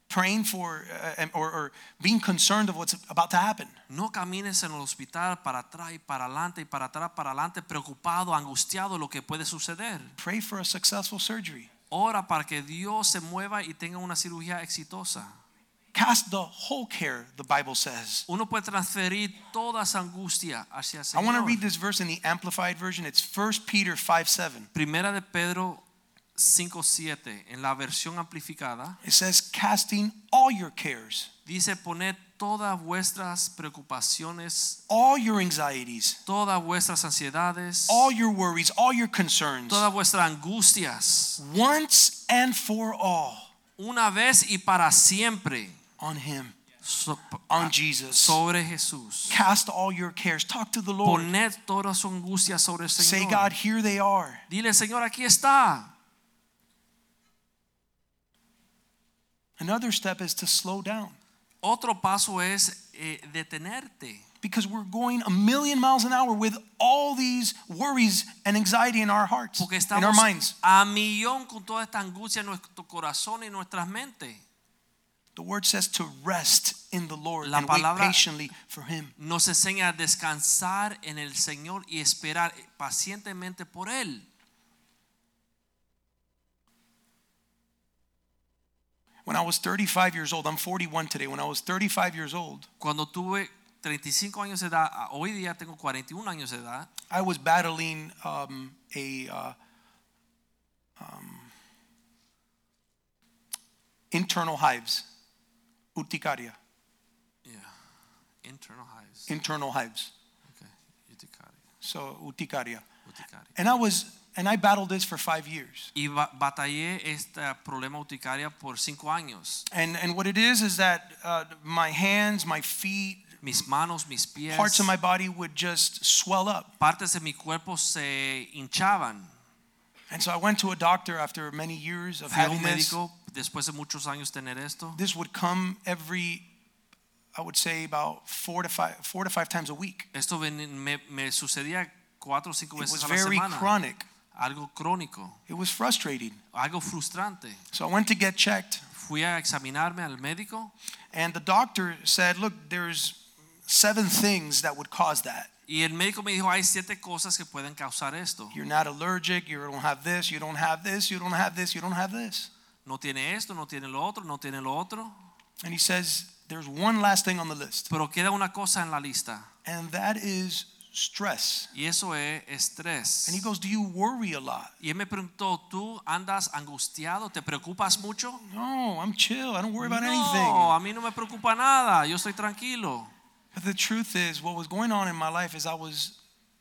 praying for uh, or, or being concerned of what's about to happen.
No camines en el hospital para atrás y para adelante y para atrás, para adelante, preocupado, angustiado de lo que puede suceder.
Pray for a successful surgery.
Ora para que Dios se mueva y tenga una cirugía exitosa.
Cast the whole care, the Bible says.
Uno puede transferir toda esa angustia hacia el
I want to
Señor.
read this verse in the Amplified Version. It's 1 Peter 5 7.
Primera de Pedro 5:7 en la versión amplificada
It says, casting all your cares,
dice poned todas vuestras preocupaciones,
all your anxieties,
todas vuestras ansiedades,
all your worries, all your concerns,
todas vuestras angustias,
once and for all
una vez y para siempre
on Him,
so-
on Jesus.
sobre Jesús.
Cast all your cares. Talk to the Lord.
Poned toda su angustia sobre el
Say, God,
Señor.
here they are.
Dile, Señor, aquí está.
Another step is to slow down
Otro paso es eh, detenerte.
because we're going a million miles an hour with all these worries and anxiety in our hearts,
Porque
in our
estamos
minds.
a millón con toda esta angustia en nuestro corazón y en nuestras mentes.
The word says to rest in the Lord
La
and wait
palabra-
patiently for Him.
Nos enseña a descansar en el Señor y esperar pacientemente por Él.
When I was 35 years old, I'm 41 today. When I was 35 years old,
Cuando tuve 35 años de edad, a hoy día tengo 41 años de edad,
I was battling um, a uh, um, internal hives, urticaria,
Yeah. internal hives,
internal hives.
okay, urticaria,
So urticaria,
urticaria.
and I was and I battled this for five years.
Y ba- batallé este problema urticaria por 5 años.
And and what it is is that uh, my hands, my feet,
Mis manos, mis pies,
parts of my body would just swell up.
partes de mi cuerpo se hinchaban.
And so I went to a doctor after many years of
Fui a
having
un
this.
médico después de muchos años tener esto.
This would come every, I would say about four to five, four to five times a week.
Esto ven- me, me sucedía cuatro o cinco
It was
veces a la
very
semana.
chronic.
Algo crónico,
It was frustrating.
algo frustrante.
So I went to get checked,
Fui a examinarme al médico
and the doctor said, "Look, there's seven things that would cause that.
y el médico me dijo, hay siete cosas que pueden causar esto.
You're not allergic. You don't have this. You don't have this. You don't have this. You don't have this."
No tiene esto, no tiene lo otro, no tiene lo otro.
And he says, "There's one last thing on the list,
Pero queda una cosa en la lista
and that is stress."
y eso es estrés.
And he goes, "Do you worry a lot?"
Y él me preguntó, ¿tú andas angustiado? ¿Te preocupas mucho?
No, I'm chill. I don't worry about
No,
anything.
a mí no me preocupa nada, yo estoy tranquilo.
But the truth is, what was going on in my life is I was,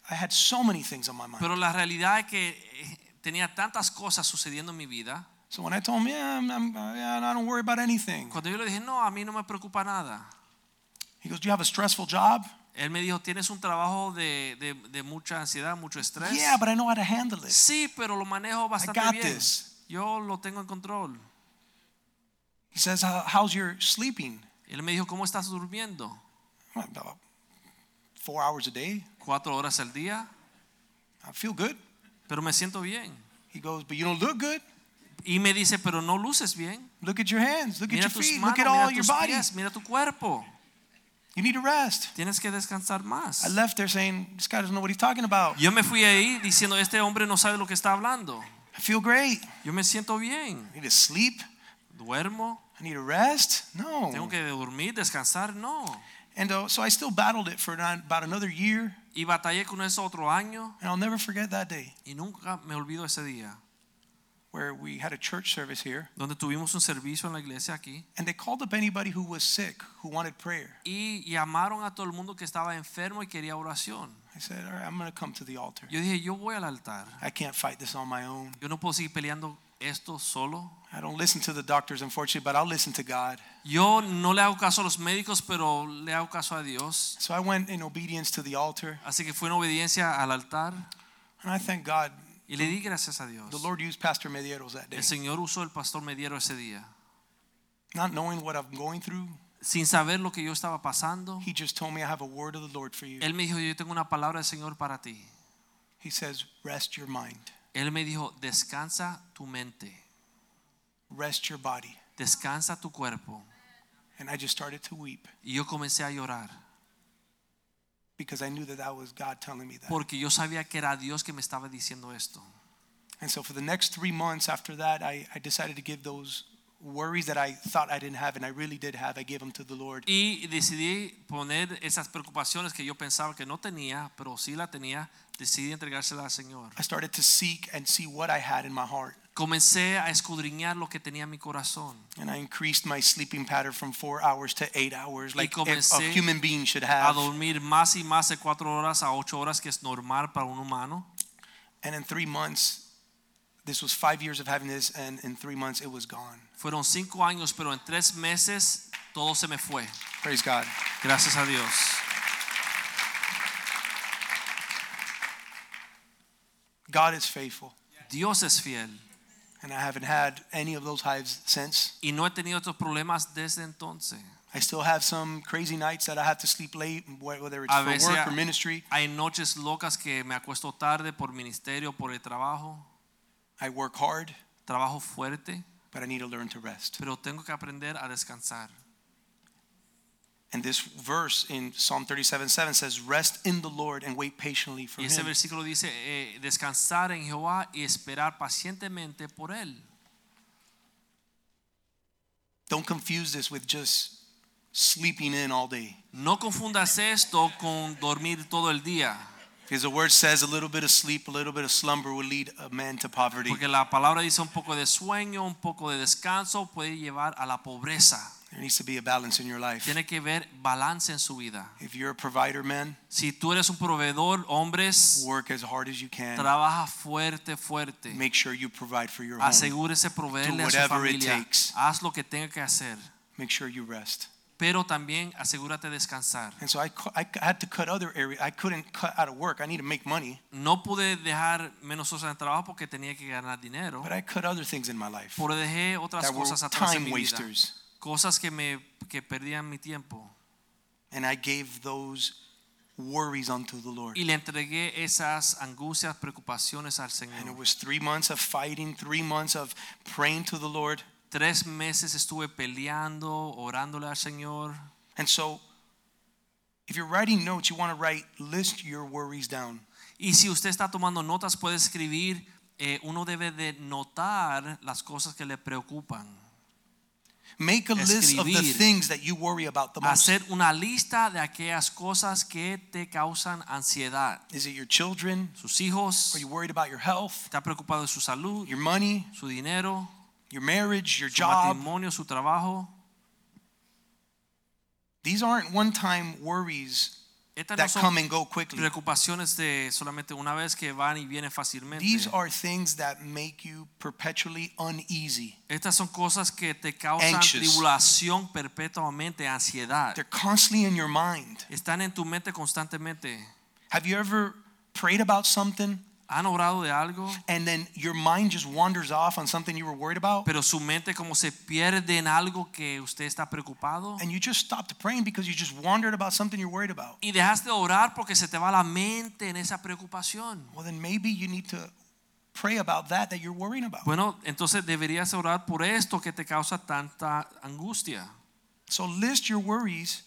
I had so many things on my mind.
Pero la realidad es que eh, tenía tantas cosas sucediendo en mi vida.
So when I told him, "Yeah, I'm, I'm, uh, yeah, I don't worry about anything,"
Cuando yo le dije, no, a mí no me preocupa nada.
he goes, "Do you have a stressful job?"
Él me dijo, tienes un trabajo de, de- de mucha ansiedad, mucho estrés.
Yeah, but I know how to handle it.
sí, pero lo manejo bastante
got
bien.
this.
Yo lo tengo en control.
He says, "How- "How's your sleeping?"
Él me dijo, ¿cómo estás durmiendo?
I'm like, "About four hours a day.
Cuatro horas al día,
I feel good.
pero me siento bien.
He goes, "But you don't look good."
Y me dice, pero no luces bien.
Look at your hands. Look at
Mira
your
tus
feet.
manos,
Look at all
mira
your
tus
body.
pies, mira tu cuerpo.
You need to rest.
Tienes que descansar más.
I left there saying, this guy doesn't know what he's talking about.
Yo me fui ahí diciendo, este hombre no sabe lo que está hablando.
I feel great.
Yo me siento bien.
I need to sleep.
Duermo.
I need to rest.
Tengo
No.
que dormir, descansar. No.
And uh, so I still battled it for nine, about another year.
Y batallé con eso otro año
And I'll never forget that day
y nunca me olvido ese día.
where we had a church service here.
Donde tuvimos un servicio en la iglesia aquí
And they called up anybody who was sick, who wanted prayer.
y llamaron a todo el mundo que estaba enfermo y quería oración.
I said, all right, I'm going to come to the altar.
Yo dije, yo voy al altar.
I can't fight this on my own.
Yo no puedo seguir peleando esto solo.
I don't listen to the doctors, unfortunately, but I'll listen to God.
Yo no le hago caso a los médicos, pero le hago caso a Dios.
So I went in obedience to the altar.
Así que fue en obediencia al altar
And I thank God
y le di gracias a Dios.
the Lord used Pastor Medeiros that day.
El Señor usó el pastor Mediero ese día.
Not knowing what I'm going through,
Sin saber lo que yo estaba pasando,
he just told me I have a word of the Lord for you.
él me dijo, yo tengo una palabra del Señor para ti.
He says, rest your mind,
Él me dijo, descansa tu mente,
rest your body.
descansa tu cuerpo.
And I just started to weep
Y yo comencé a llorar
because I knew that that was God telling me that.
porque yo sabía que era Dios que me estaba diciendo esto.
And so for the next three months after that, I, I decided to give those worries that I thought I didn't have and I really did have, I gave them to the Lord.
Y decidí poner esas preocupaciones que yo pensaba que no tenía, pero sí la tenía, decidí entregárselas al Señor.
I started to seek and see what I had in my heart.
Comencé a escudriñar lo que tenía en mi corazón.
And I increased my sleeping pattern from four hours to eight hours,
Y
like if a
comencé
human being should
A
have.
dormir más y más de cuatro horas a ocho horas, que es normal para un humano.
And in three months, this was five years of having this, and in three months, it was gone.
Fueron cinco años, pero en tres meses todo se me fue.
Praise God.
Gracias a Dios.
God is faithful.
Dios es fiel.
And I haven't had any of those hives since.
Y no he tenido estos problemas desde entonces.
I still have some crazy nights that I have to sleep late, wh- whether it's
A
for
veces
work or ministry.
hay noches locas que me acuesto tarde por ministerio, por el trabajo.
I work hard,
Trabajo fuerte,
but I need to learn to rest.
pero tengo que aprender a descansar.
And this verse in Psalm 37 7 says, Rest in the Lord and wait patiently for
Y ese
him.
versículo dice, eh, descansar en Jehová y esperar pacientemente por Él.
Don't confuse this with just sleeping in all day.
No confundas esto con dormir todo el día,
Because the word says a little bit of sleep, a little bit of slumber will lead a man to poverty.
porque la palabra dice un poco de sueño, un poco de descanso puede llevar a la pobreza.
There needs to be a balance in your life.
Tiene que ver balance en su vida.
If you're a provider, man,
Si tú eres un proveedor, hombres,
work as hard as you can.
trabaja fuerte, fuerte.
Make sure you provide for your home.
Asegúrese proveerle
Do
a su
whatever it
familia.
takes.
Haz lo que tenga que hacer,
Make sure you rest.
pero también asegúrate de descansar.
And so I, cu- I had to cut other areas. I couldn't cut out of work. I need to make money,
No pude dejar menos cosas en el trabajo porque tenía que ganar dinero,
but I cut other things in my life
pero dejé otras
that were
cosas atrás en
time
mi vida,
wasters.
cosas que me que perdían mi tiempo
And I gave those worries unto the Lord.
y le entregué esas angustias, preocupaciones al
And it
Señor.
was three months of fighting, three months of praying to the Lord.
Tres meses estuve peleando, orándole al Señor.
And so, if you're writing notes, you want to write, list your worries down.
Y si usted está tomando notas, puede escribir. eh, uno debe de notar las cosas que le preocupan.
Make a list of the
Escribir.
things that you worry about the most.
hacer una lista de aquellas cosas que te causan ansiedad.
Is it your children?
Sus hijos,
Are you worried about your health,
está preocupado de su salud,
your money,
su dinero,
your marriage, your
su
job?
matrimonio, su trabajo.
These aren't one time worries
Estas no
that come
son
and go quickly.
preocupaciones de solamente una vez que van y vienen fácilmente.
These are things that make you perpetually uneasy.
Estas son cosas que te causan
Anxious.
tribulación perpetuamente, ansiedad.
They're constantly in your mind.
Están en tu mente constantemente.
Have you ever prayed about something
¿Han orado de algo?
and then your mind just wanders off on something you were worried about
Pero su mente como se pierde en algo que usted está preocupado.
and you just stopped praying because you just wandered about something you're worried about?
y dejaste de orar porque se te va la mente en esa preocupación.
Well, then maybe you need to pray about that that you're worrying about.
Bueno, entonces deberías orar por esto que te causa tanta angustia.
So list your worries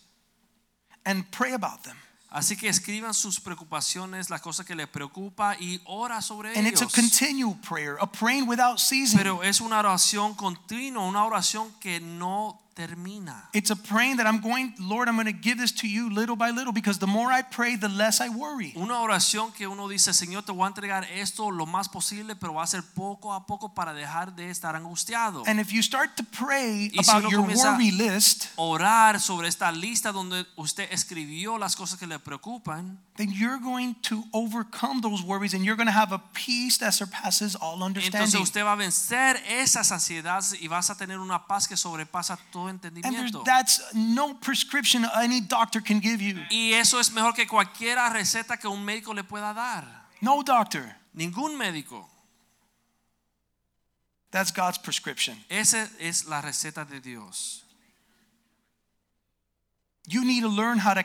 and pray about them.
Así que escriban sus preocupaciones, las cosas que les preocupa y ora sobre
And it's a
ellos.
continual prayer, a praying without ceasing.
Pero es una oración continua, una oración que no termina.
It's a praying that I'm going, Lord, I'm going to give this to you little by little because the more I pray, the less I worry.
Una oración que uno dice, Señor, te voy a entregar esto lo más posible, pero va a ser poco a poco para dejar de estar angustiado.
And if you start to pray
Y si
about
uno
your
comienza-
worry list,
Orar sobre esta lista donde usted escribió las cosas que le preocupan,
then you're going to overcome those worries and you're going to have a peace that surpasses all
entonces
understanding.
usted va a vencer esas ansiedades y vas a tener una paz que sobrepasa todo
And there's,
entendimiento.
that's no prescription any doctor can give you.
Y eso es mejor que cualquier receta que un médico le pueda dar.
No doctor.
Ningún médico.
That's God's prescription.
Esa es la receta de Dios.
You need to learn how to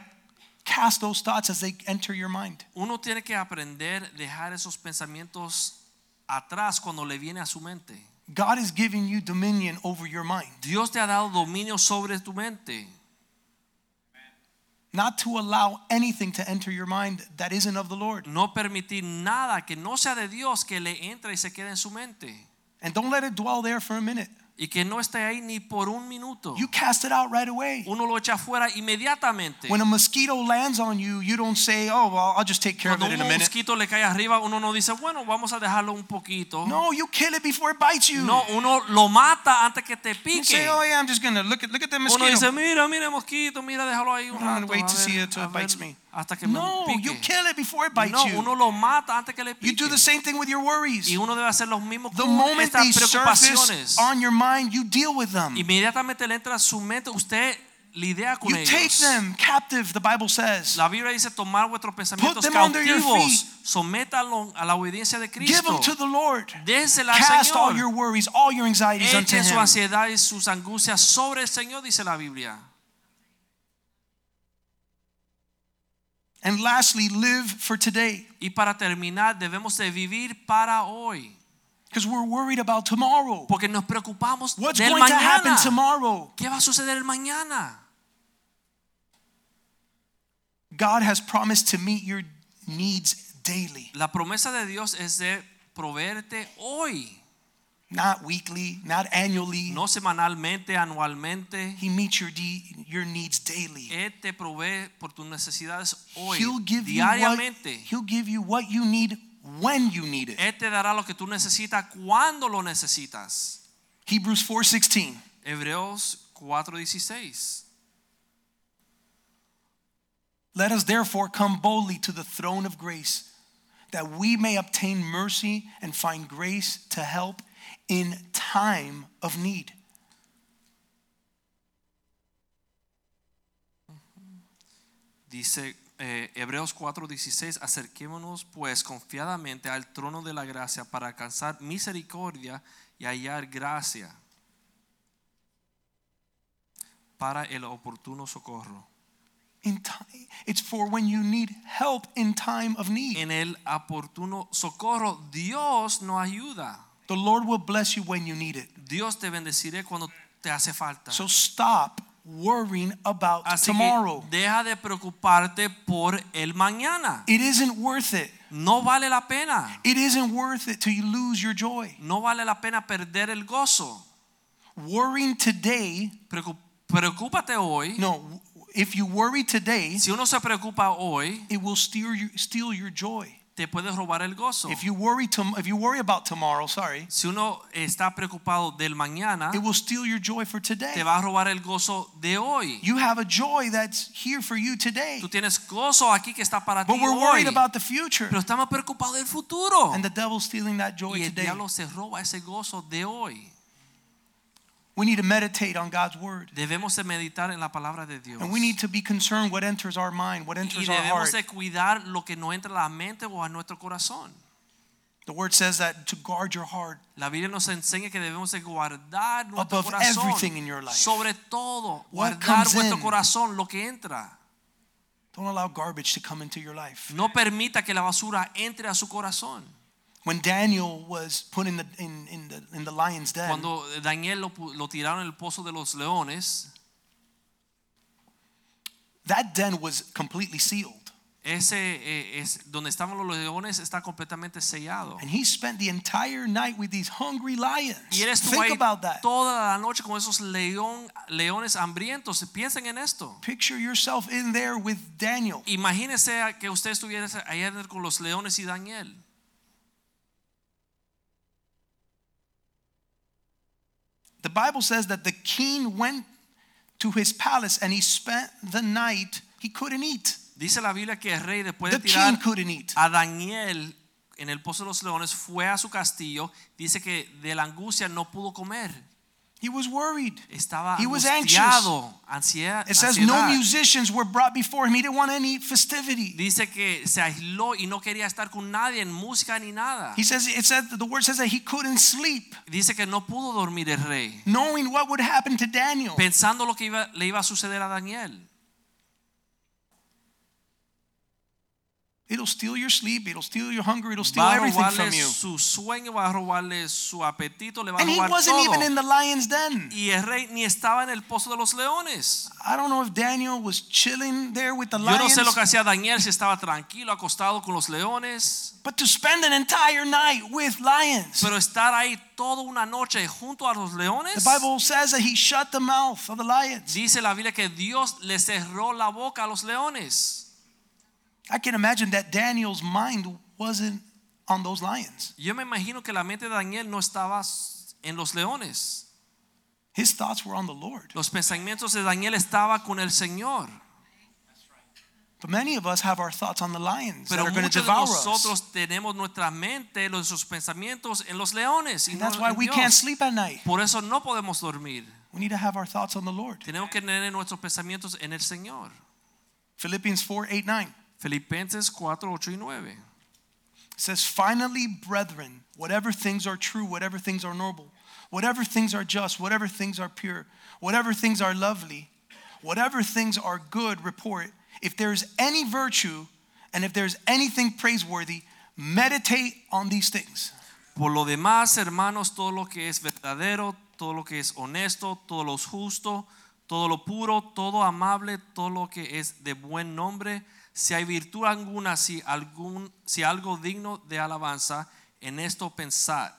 cast those thoughts as they enter your mind.
Uno tiene que aprender dejar esos pensamientos atrás cuando le viene a su mente.
God is giving you dominion over your mind,
Dios te ha dado dominio sobre tu mente.
not to allow anything to enter your mind that isn't of the Lord.
No permitir nada que no sea de Dios que le entre y se quede en su mente.
And don't let it dwell there for a minute.
Y que no esté ahí ni por un minuto.
You cast it out right away.
Uno lo echa fuera inmediatamente.
When a mosquito lands on you, you don't say, oh, well, I'll just take care of
Cuando
it in a
un
minute.
mosquito le cae arriba, uno no dice, bueno, vamos a dejarlo un poquito.
No, you kill it before it bites you.
No, uno lo mata antes que te
You say,
pique.
oh yeah, I'm just gonna look at look at the
Uno dice,
mosquito.
mira, mira mosquito, mira, déjalo ahí un
I'm gonna
rato.
wait
a
to
ver,
see it till
a
it
ver,
bites me.
Hasta que
No,
me pique.
you kill it before it bites
no,
you.
uno lo mata antes que le pique.
You do the same thing with your worries.
y uno debe hacer los mismos
The
con
moment
estas
they
preocupaciones.
surface on your mind, you deal with them.
Inmediatamente le entra a su mente, usted lidia con
You
ellos.
take them captive, the Bible says.
La Biblia dice tomar vuestros pensamientos
them under your
cautivos,
feet.
sométanlo a la obediencia de
Give
Cristo.
them to the Lord.
Désela al
Cast all
Señor.
your worries, all your anxieties unto
Echen su
Him.
ansiedad y sus angustias sobre el Señor, dice la Biblia.
And lastly, live for today,
Y para terminar, debemos de vivir para hoy,
because we're worried about tomorrow.
porque nos preocupamos
What's
del
going to happen
mañana.
tomorrow?
¿Qué va a suceder el mañana?
God has promised to meet your needs daily.
La promesa de Dios es de proveerte hoy,
not weekly, not annually.
no semanalmente, anualmente.
He meets your de- your needs daily.
Él te provee por tus necesidades Eh, hoy,
He'll give you what,
diariamente. Eh.
He'll give you what you need when you need it.
Él te dará lo que tú necesitas cuando lo necesitas.
Hebrews 4:16.
Hebreos 4:16.
Let us therefore come boldly to the throne of grace, that we may obtain mercy and find grace to help in time of need.
Dice eh, Hebreos 4:16, acerquémonos pues confiadamente al trono de la gracia para alcanzar misericordia y hallar gracia para el oportuno socorro.
In time, it's for when you need help in time of need.
En el oportuno socorro Dios nos ayuda.
The Lord will bless you when you need it.
Dios te bendeciré cuando te hace falta.
So stop worrying about
Así
tomorrow.
que deja de preocuparte por el mañana.
It isn't worth it.
No vale la pena.
It isn't worth it till you lose your joy.
No vale la pena perder el gozo.
Worrying today,
Precu- Preocúpate hoy.
no, if you worry today,
Si uno se preocupa hoy,
it will steal your, steal your joy.
te puede robar el gozo.
If you worry tom- if you worry about tomorrow, sorry,
Si uno está preocupado del mañana,
it will steal your joy for
Ah. te
today.
va a robar el gozo de hoy.
You have a joy that's here for you today.
Tú tienes gozo aquí que está para ti
But we're worried
hoy.
about the future.
Pero estamos preocupados del futuro.
And the devil's stealing that joy
Y el
today.
diablo se roba ese gozo de hoy.
We need to meditate on God's word.
Debemos de meditar en la palabra de Dios.
And we need to be concerned what enters our mind, what
y
enters our heart.
debemos de cuidar lo que no entra a la mente o a nuestro corazón.
The word says that to guard your heart
La Biblia nos enseña que debemos de guardar nuestro
Above
corazón
everything in your life.
sobre todo
What
guardar
comes
vuestro
in.
corazón lo que entra Mm.
Don't allow garbage to come into your life.
no permita que la basura entre a su corazón
when Daniel was put in the, in, in the, in the lion's den,
Cuando Daniel lo, pu- lo tiraron en el pozo de los leones,
that den was completely sealed.
ese eh, es donde estaban los leones está completamente sellado.
And he spent the entire night with these hungry lions.
Y él estuvo
Think
ahí
about that.
toda la noche con esos león, leones hambrientos. Piensen en esto.
Picture yourself in there with Daniel.
Imagínense a que usted estuviera ayer con los leones y Daniel.
The Bible says that the king went to his palace and he spent the night. He couldn't eat.
Dice la Biblia que el rey después de
The king
tirar
couldn't eat.
a Daniel en el pozo de los leones fue a su castillo. Dice que de la angustia no pudo comer.
He was worried.
Estaba
He was
angustiado, ansiedad.
It says no
ansiedad.
musicians were brought before him. He didn't want any festivity.
Dice que se aisló y no quería estar con nadie en música ni nada.
He says it says the word says that he couldn't sleep,
Dice que no pudo dormir el rey,
knowing what would happen to Daniel.
pensando lo que iba- le iba a suceder a Daniel.
It'll steal your sleep. It'll steal your hunger. It'll steal
Va a
everything from
robarle
you.
su sueño, va a robarle su apetito, le va a
And he
robar
wasn't even
todo.
in the lion's den.
Y el rey ni estaba en el pozo de los leones.
I don't know if Daniel was chilling there with the
Yo no
lions,
sé lo que hacía Daniel si estaba tranquilo, acostado con los leones,
but to spend an entire night with lions.
pero estar ahí toda una noche junto a los leones.
The Bible says that he shut the mouth of the lions.
Dice la Biblia que Dios le cerró la boca a los leones.
I can imagine that Daniel's mind wasn't on those lions.
Yo me imagino que la mente de Daniel no estaba en los leones.
His thoughts were on the Lord.
Los pensamientos de Daniel estaba con el Señor.
But many of us have our thoughts on the lions that
Pero
are going to
muchos de
devour us.
nosotros tenemos nuestra mente, nuestros pensamientos en los leones. Y
And
no
that's why
en
we
Dios.
can't sleep at night.
Por eso no podemos dormir.
We need to have our thoughts on the Lord.
Tenemos que tener nuestros pensamientos en el Señor.
Philippians 4 8 9
Filipenses 4, 8 y 9.
says, Finally, brethren, whatever things are true, whatever things are noble, whatever things are just, whatever things are pure, whatever things are lovely, whatever things are good, report. If there is any virtue and if there is anything praiseworthy, meditate on these things.
Por lo demás, hermanos, todo lo que es verdadero, todo lo que es honesto, todo lo justo, todo lo puro, todo amable, todo lo que es de buen nombre, si hay virtud alguna, si, algún, si algo digno de alabanza, en esto pensad.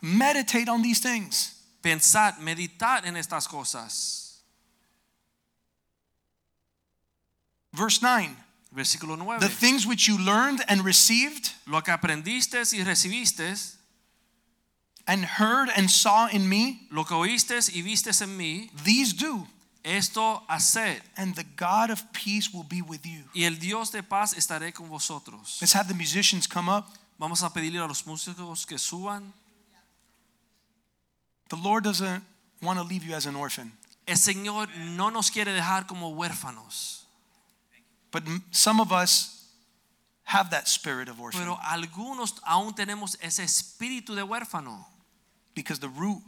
Meditate on these things.
Pensad, meditad en estas cosas.
Verse 9
Versículo 9.
The things which you learned and received
Lo que aprendiste y recibiste,
and heard and saw in me,
lo que oíste y viste en mí,
these do,
esto haced.
and the God of peace will be with you.
Y el Dios de paz estaré con vosotros.
Let's have the musicians come up.
Vamos a pedirle a los músicos que suban.
The Lord doesn't want to leave you as an orphan.
El Señor no nos quiere dejar como huérfanos,
But m- some of us have that spirit of orphan
pero algunos aún tenemos ese espíritu de huérfano.
because the root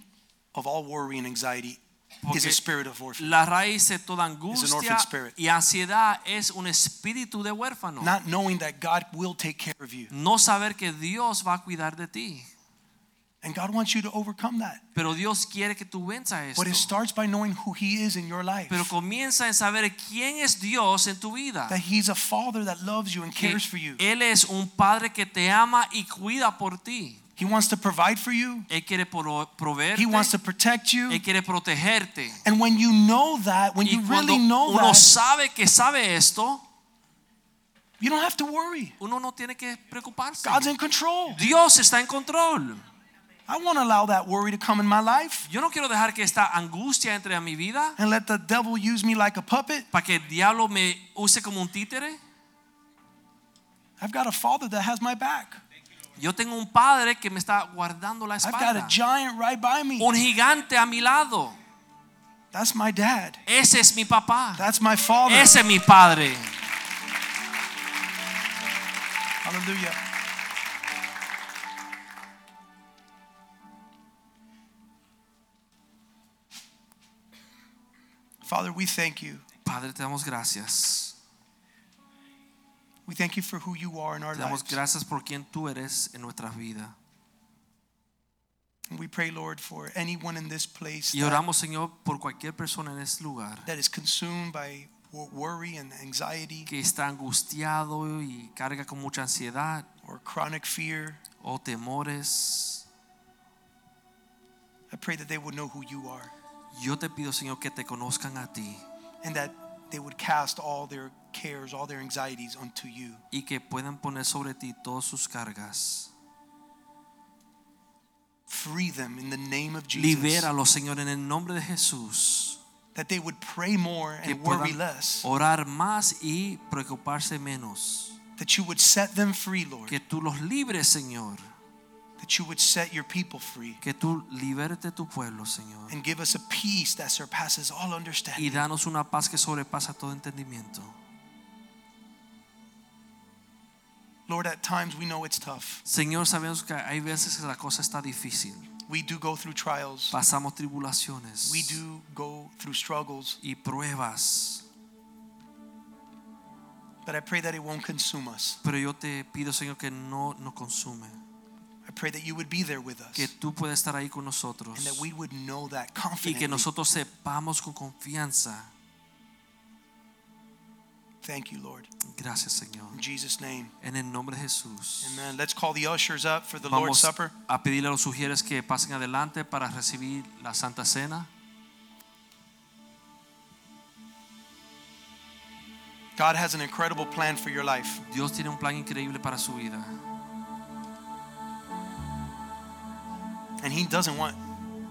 of all worry and anxiety is a
Porque
spirit of orphan,
La raíz de toda angustia
orphan spirit.
y ansiedad es un espíritu de huérfano.
not knowing that God will take care of you.
No saber que Dios va a cuidar de ti.
And God wants you to overcome that.
Pero Dios quiere que tú venzas
But it
esto.
starts by knowing who He is in your life.
Pero comienza en saber quién es Dios en tu vida.
That He's a father that loves you and
Que
cares for you.
Él es un padre que te ama y cuida por ti.
He wants to provide for you,
Él quiere pro- proveerte.
He wants to protect you.
Él quiere protegerte.
And when you know that, when
Y
you
cuando
really know
uno
that,
sabe que sabe esto,
you don't have to worry.
uno no tiene que preocuparse.
God's in control.
Dios está en control.
I won't allow that worry to come in my life
Yo no quiero dejar que esta angustia entre a mi vida
and let the devil use me like a puppet.
para que el diablo me use como un títere.
I've got a father that has my back.
Yo tengo un padre que me está guardando la
I've got a
espalda.
giant right by me.
Un gigante a mi lado.
That's my dad.
Ese es mi papá.
That's my father.
Ese es mi padre.
Hallelujah. Father, we thank you.
Padre, te damos gracias.
We thank you for who you are in our
Te damos
lives.
gracias por quien tú eres en nuestras vidas.
And we pray, Lord, for anyone in this place
Y
that-
oramos, Señor, por cualquier persona en este lugar
that is consumed by wor- worry and anxiety
que está angustiado y carga con mucha ansiedad
or chronic fear.
o temores.
I pray that they would know who you are
Yo te pido, Señor, que te conozcan a ti
and that they would cast all their cares, all their anxieties unto you.
y que puedan poner sobre ti todas sus cargas.
Free them in the name of Jesus.
Libéralos, Señor, en el nombre de Jesús.
That they would pray more
Que
and worry
puedan
less.
orar más y preocuparse menos.
That you would set them free, Lord.
Que tú los libres, Señor.
That you would set your people free
Que tú liberte tu pueblo, Señor.
and give us a peace that surpasses all
Y
understanding.
danos una paz que sobrepasa todo entendimiento.
Lord, at times we know it's tough.
Señor, sabemos que hay veces que la cosa está difícil.
We do go through trials,
Pasamos tribulaciones
we do go through struggles,
y pruebas.
but I pray that it won't consume us.
Pero yo te pido, Señor, que no nos consume.
I pray that you would be there with us
Que tú puedas estar ahí con nosotros.
and that we would know that
Y que
confidently.
nosotros sepamos con confianza.
Thank you, Lord.
Gracias, Señor.
In Jesus' name.
En el nombre de Jesús.
Amen. Let's call the ushers up for the Lord's
Vamos
Supper.
a pedirle a los sugieres que pasen adelante para recibir la Santa Cena.
God has an incredible plan for your life.
Dios tiene un plan increíble para su vida
And he doesn't want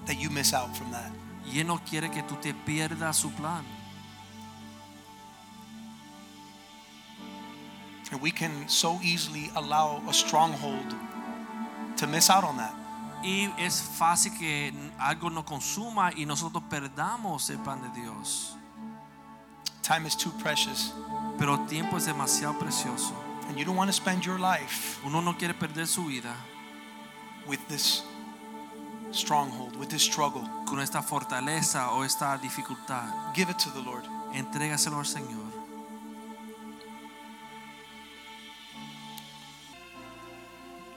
that you miss out from that.
y Él no quiere que tú te pierdas su plan.
And we can so easily allow a stronghold to miss out on that.
Y es fácil que algo nos consuma y nosotros perdamos el plan de Dios.
Time is too precious.
Pero el tiempo es demasiado precioso.
And you don't want to spend your life
Uno no quiere perder su vida
with this stronghold, with this struggle.
con esta fortaleza o esta dificultad.
Give it to the Lord.
Entrégaselo al Señor.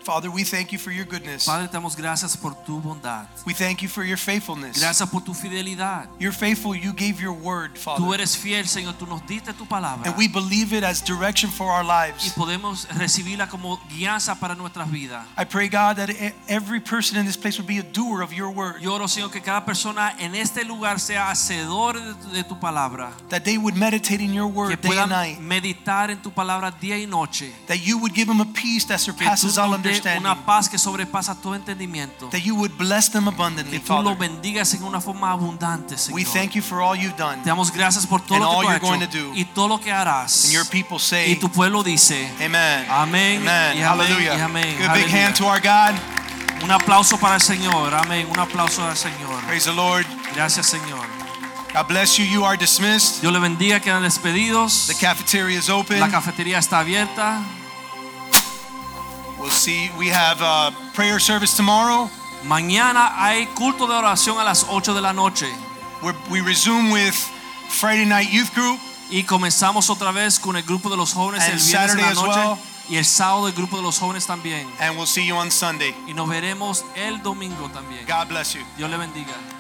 Father, we thank you for your goodness.
Padre, te damos gracias por tu bondad.
We thank you for your faithfulness.
Gracias por tu fidelidad.
You're faithful. You gave your word,
Tú
Father.
eres fiel, Señor. Tú nos diste tu palabra.
And we believe it as direction for our
y
lives.
podemos recibirla como guianza para nuestras vidas.
I pray, God, that e- every person in this place would be a doer of your word,
Yo oro, Señor, que cada persona en este lugar sea hacedor de tu, de tu palabra,
that they would meditate in your
que
word day and night,
puedan meditar en tu palabra día y noche,
that you would give them a peace that
que tú
surpasses all
nos
understanding,
des una paz que sobrepasa todo entendimiento,
that you would bless them abundantly,
que tú los
Father.
bendigas en una forma abundante, Señor.
We thank you for all you've done.
Te damos gracias por todo
And all
lo
you're
que tú has
going to
hecho
do.
y todo lo que harás.
And your people
Y
say,
tu pueblo dice,
Amen.
Amén,
Amen.
y amén,
Hallelujah.
y amén.
Give a big
Aleluya.
hand to our God.
un aplauso para el Señor, amén, un aplauso al Señor.
Praise the Lord.
Gracias, Señor.
God bless you. You are dismissed.
Dios le bendiga, quedan despedidos.
The cafeteria is open.
La cafetería está abierta.
We'll see. We have uh, prayer service tomorrow.
Mañana hay culto de oración a las 8 de la noche.
We're, we resume with Friday night youth group.
Y comenzamos otra vez con el grupo de los jóvenes
And
el viernes en la
Saturday as
noche.
well.
Y el sábado el grupo de los jóvenes también.
and we'll see you on Sunday.
Y nos veremos el domingo también.
God bless you.
Dios le bendiga.